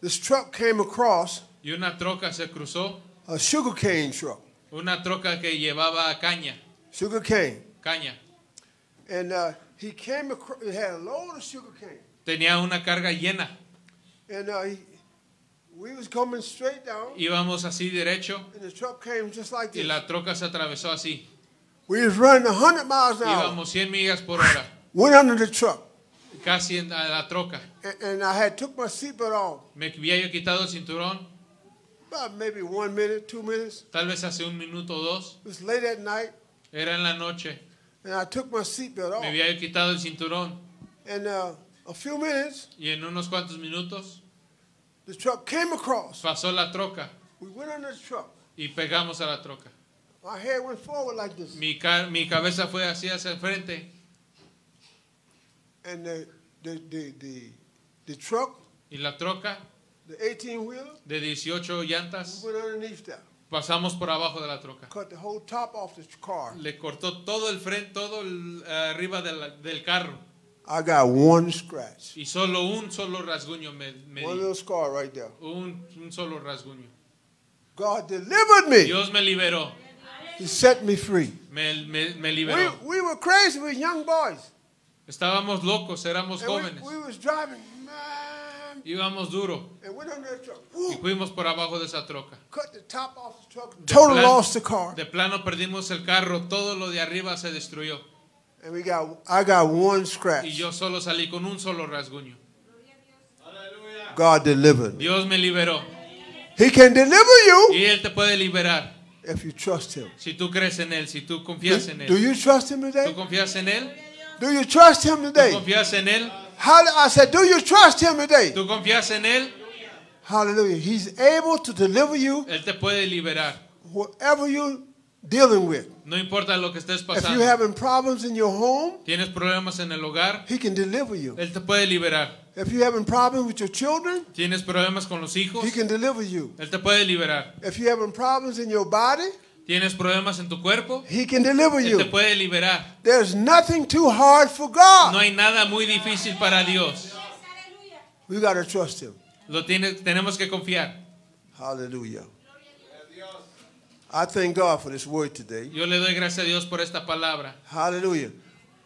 Speaker 2: this truck came across
Speaker 3: Y una troca se cruzó,
Speaker 2: a sugarcane truck,
Speaker 3: una troca que llevaba caña,
Speaker 2: sugarcane.
Speaker 3: caña.
Speaker 2: And uh, he came across, it had a load of sugarcane.
Speaker 3: Tenía una carga llena.
Speaker 2: And uh, he, we was coming straight down,
Speaker 3: Íbamos así derecho
Speaker 2: and the truck came just like
Speaker 3: y
Speaker 2: this.
Speaker 3: la troca se atravesó así.
Speaker 2: We was running 100 miles an hour,
Speaker 3: Íbamos 100 millas por hora,
Speaker 2: went under the truck,
Speaker 3: casi en a la troca.
Speaker 2: and, and I had took my seatbelt off
Speaker 3: Me había yo quitado el cinturón,
Speaker 2: about maybe one minute, two minutes.
Speaker 3: tal vez hace un minuto o dos.
Speaker 2: It was late at night,
Speaker 3: Era en la noche.
Speaker 2: and I took my seatbelt off.
Speaker 3: Me había yo quitado el cinturón
Speaker 2: And uh, a few minutes,
Speaker 3: y en unos cuantos minutos
Speaker 2: the truck came across.
Speaker 3: pasó la troca
Speaker 2: We went under the truck.
Speaker 3: y pegamos a la troca.
Speaker 2: My head went forward like this,
Speaker 3: Mi, ca- mi cabeza fue así hacia el frente
Speaker 2: and the the the the, the truck,
Speaker 3: y la troca
Speaker 2: the 18 wheeler,
Speaker 3: de 18
Speaker 2: we
Speaker 3: llantas
Speaker 2: went underneath that,
Speaker 3: pasamos por abajo de la troca.
Speaker 2: cut the whole top off the car.
Speaker 3: Le cortó todo el frente, todo el, eh, arriba de la- del carro.
Speaker 2: I got one scratch,
Speaker 3: Y solo un solo rasguño me, me
Speaker 2: one
Speaker 3: di.
Speaker 2: little scar right there.
Speaker 3: Un, un solo rasguño.
Speaker 2: God delivered me.
Speaker 3: Dios me liberó.
Speaker 2: He set me free.
Speaker 3: Me, me- me
Speaker 2: We,
Speaker 3: liberó.
Speaker 2: we were crazy. We were young boys.
Speaker 3: Estábamos locos, éramos
Speaker 2: And
Speaker 3: jóvenes.
Speaker 2: we, we was driving, man,
Speaker 3: Íbamos duro.
Speaker 2: and went under the truck.
Speaker 3: Y
Speaker 2: Woo,
Speaker 3: fuimos por abajo de esa troca.
Speaker 2: cut the top off the truck.
Speaker 3: De
Speaker 2: Total
Speaker 3: plan-
Speaker 2: lost the car.
Speaker 3: De plano perdimos el carro. Todo lo de arriba se destruyó.
Speaker 2: And we got, I got one
Speaker 3: Y
Speaker 2: scratch.
Speaker 3: yo solo salí con un solo rasguño.
Speaker 2: God delivered. me.
Speaker 3: Dios me liberó.
Speaker 2: He can deliver you
Speaker 3: Y Él te puede liberar.
Speaker 2: if you trust Him.
Speaker 3: Si tú crees en Él, si tú
Speaker 2: Do,
Speaker 3: confías en
Speaker 2: do
Speaker 3: Él.
Speaker 2: you trust Him
Speaker 3: ¿Tú
Speaker 2: today?
Speaker 3: confías en Él?
Speaker 2: Do you trust Him
Speaker 3: ¿Tú
Speaker 2: today?
Speaker 3: confías en Él?
Speaker 2: Hall- I said, Do you trust Him today?
Speaker 3: ¿Tú confías en Él?
Speaker 2: Hallelujah. He's able to deliver you
Speaker 3: Él te puede liberar.
Speaker 2: whatever you're dealing with.
Speaker 3: No importa lo que estés
Speaker 2: If you're
Speaker 3: pasando.
Speaker 2: having problems in your home,
Speaker 3: Tienes problemas en el hogar,
Speaker 2: He can deliver you.
Speaker 3: Él te puede liberar.
Speaker 2: If you're having problems with your children,
Speaker 3: Tienes problemas con los hijos,
Speaker 2: He can deliver you.
Speaker 3: Él te puede liberar.
Speaker 2: If you're having problems in your body,
Speaker 3: Tienes problemas en tu cuerpo,
Speaker 2: He can deliver
Speaker 3: Él te
Speaker 2: you. Ah.
Speaker 3: puede liberar.
Speaker 2: There's nothing too hard for
Speaker 3: No
Speaker 2: God.
Speaker 3: hay nada muy difícil para Dios.
Speaker 1: Aleluya.
Speaker 2: We got to trust Him.
Speaker 3: Lo tienes, tenemos que confiar.
Speaker 2: Hallelujah. I thank God for this word today.
Speaker 3: Yo le doy gracias a Dios por esta palabra.
Speaker 2: Hallelujah.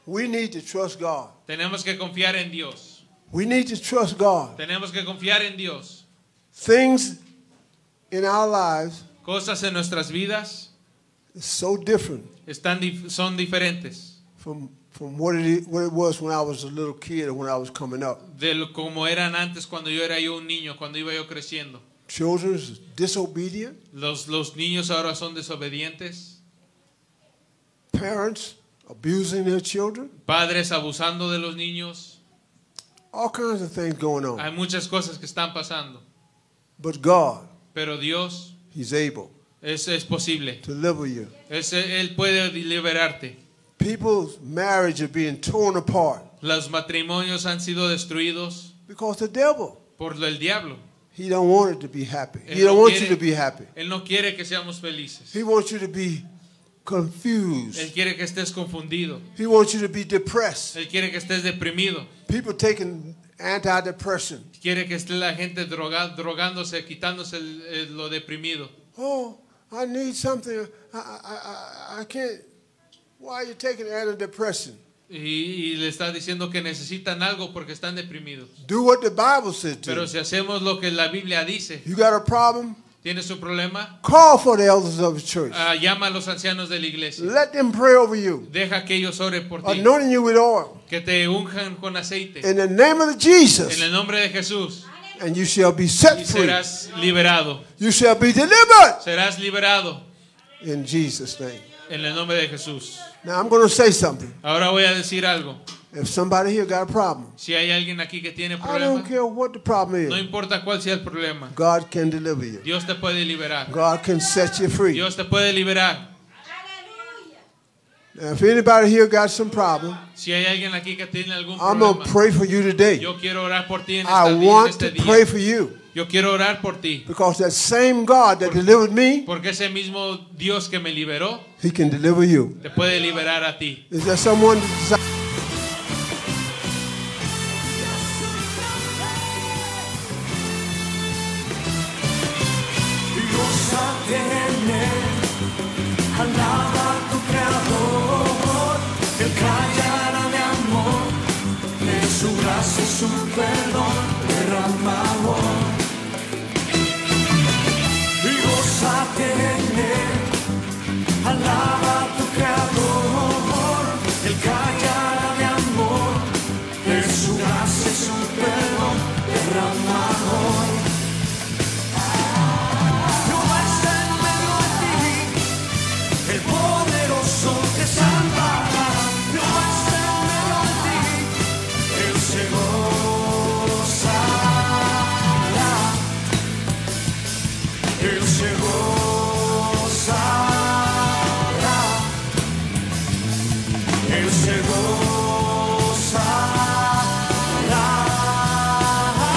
Speaker 2: We need to trust God.
Speaker 3: Tenemos que confiar en Dios.
Speaker 2: We need to trust God.
Speaker 3: Tenemos que confiar en Dios.
Speaker 2: Things in our lives
Speaker 3: Cosas en nuestras vidas
Speaker 2: It's so different
Speaker 3: Están dif- son diferentes
Speaker 2: from, from what, it, is- what it was when I was a little kid or when I was coming up.
Speaker 3: de lo, como eran antes cuando yo era yo un niño, cuando iba yo creciendo.
Speaker 2: Children is disobedient.
Speaker 3: Los, los niños ahora son desobedientes,
Speaker 2: Parents abusing their children.
Speaker 3: padres abusando de los niños.
Speaker 2: All kinds of things going on.
Speaker 3: Hay muchas cosas que están pasando,
Speaker 2: But God,
Speaker 3: pero Dios
Speaker 2: He's able
Speaker 3: es, es posible.
Speaker 2: to deliver you.
Speaker 3: Es- él puede liberarte.
Speaker 2: People's marriage are being torn apart
Speaker 3: Los matrimonios han sido destruidos
Speaker 2: because the devil,
Speaker 3: por el diablo.
Speaker 2: he don't want it to be happy. He
Speaker 3: Él no
Speaker 2: don't want you
Speaker 3: quiere-
Speaker 2: to be happy.
Speaker 3: Él no quiere que seamos felices.
Speaker 2: He wants you to be
Speaker 3: Él
Speaker 2: confused.
Speaker 3: quiere que estés confundido.
Speaker 2: He wants you to be depressed.
Speaker 3: Él quiere que estés deprimido.
Speaker 2: People taking antidepressant.
Speaker 3: Quiere que esté la gente droga- drogándose, quitándose el- el- lo deprimido.
Speaker 2: Oh, I need something. I, I, I, I can't. Why are you taking antidepressant?
Speaker 3: Y, y le está diciendo que necesitan algo porque están deprimidos.
Speaker 2: Do what the Bible says to.
Speaker 3: Pero
Speaker 2: you.
Speaker 3: si hacemos lo que la Biblia dice,
Speaker 2: You got a problem?
Speaker 3: ¿tienes un problema?
Speaker 2: Call for the elders of the church.
Speaker 3: Ah, llama a los ancianos de la iglesia.
Speaker 2: Let them pray over you,
Speaker 3: Deja que ellos oren por ti.
Speaker 2: anointing you with oil
Speaker 3: Que te unjan con aceite.
Speaker 2: in the name of
Speaker 3: En
Speaker 2: Jesus,
Speaker 3: el nombre de Jesús.
Speaker 2: and you shall be
Speaker 3: Y
Speaker 2: set free.
Speaker 3: serás liberado.
Speaker 2: You shall be delivered
Speaker 3: Serás liberado.
Speaker 2: in Jesus' name.
Speaker 3: En el nombre de Jesús.
Speaker 2: Now I'm going to say something.
Speaker 3: Ahora voy a decir algo.
Speaker 2: If somebody here got a problem,
Speaker 3: Si hay alguien aquí que tiene
Speaker 2: I don't
Speaker 3: problema,
Speaker 2: care what the problem
Speaker 3: no
Speaker 2: is,
Speaker 3: importa cuál sea el problema,
Speaker 2: God can deliver you.
Speaker 3: Dios te puede liberar.
Speaker 2: God can set you free.
Speaker 3: Dios te puede liberar.
Speaker 1: Aleluya.
Speaker 2: Now, if anybody here got some problem,
Speaker 3: Si hay alguien aquí que tiene algún
Speaker 2: I'm gonna
Speaker 3: problema,
Speaker 2: pray for you today.
Speaker 3: yo quiero orar por ti en, esta
Speaker 2: I
Speaker 3: día- en
Speaker 2: want
Speaker 3: este
Speaker 2: to
Speaker 3: día.
Speaker 2: pray for you
Speaker 3: Yo quiero orar por ti,
Speaker 2: because that same God that delivered me,
Speaker 3: porque ese mismo Dios que me liberó
Speaker 2: He can deliver you.
Speaker 3: te puede liberar a ti.
Speaker 2: Is there someone? that desires-
Speaker 4: Gózate en él, alaba a tu creador, el callará de amor, de su gracia y su perdón derramado. Y gózate en él, alaba a tu creador, el callará de amor, de su gracia y su perdón derramado. Jehová está en medio de ti, el poderoso te salvará. Jehová está en medio de ti, él se gozará. Él se gozará. Él se gozará.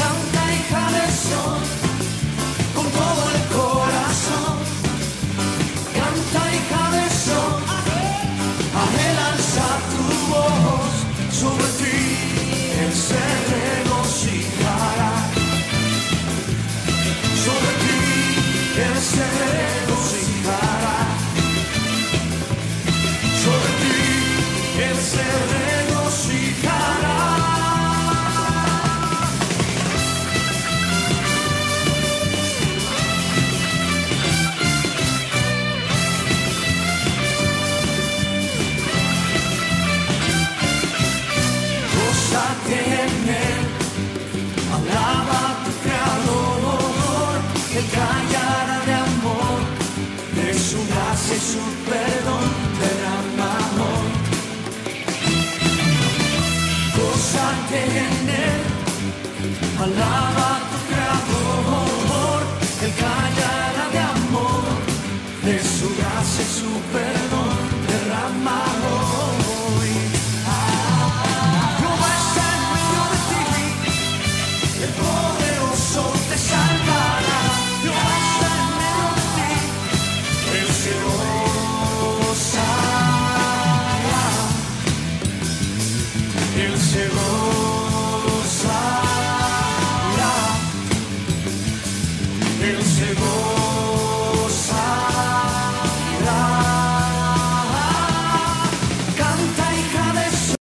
Speaker 4: Canta hija de sol con todo el corazón. Canta hija de sol, a él alza tu voz, sobre ti él se regocijará. Sobre ti él se regocijará. Sobre ti él se regocijará. Gózate en él, alaba a tu creador, el callará de amor, de su gracia y su perdón derramamos. Gózate en él, alaba a tu creador, el callará de amor, de su gracia y su perdón derramamos. Jehová está en medio de ti, el poderoso te salvará. Jehová está en medio de ti, él se gozará. Él se gozará.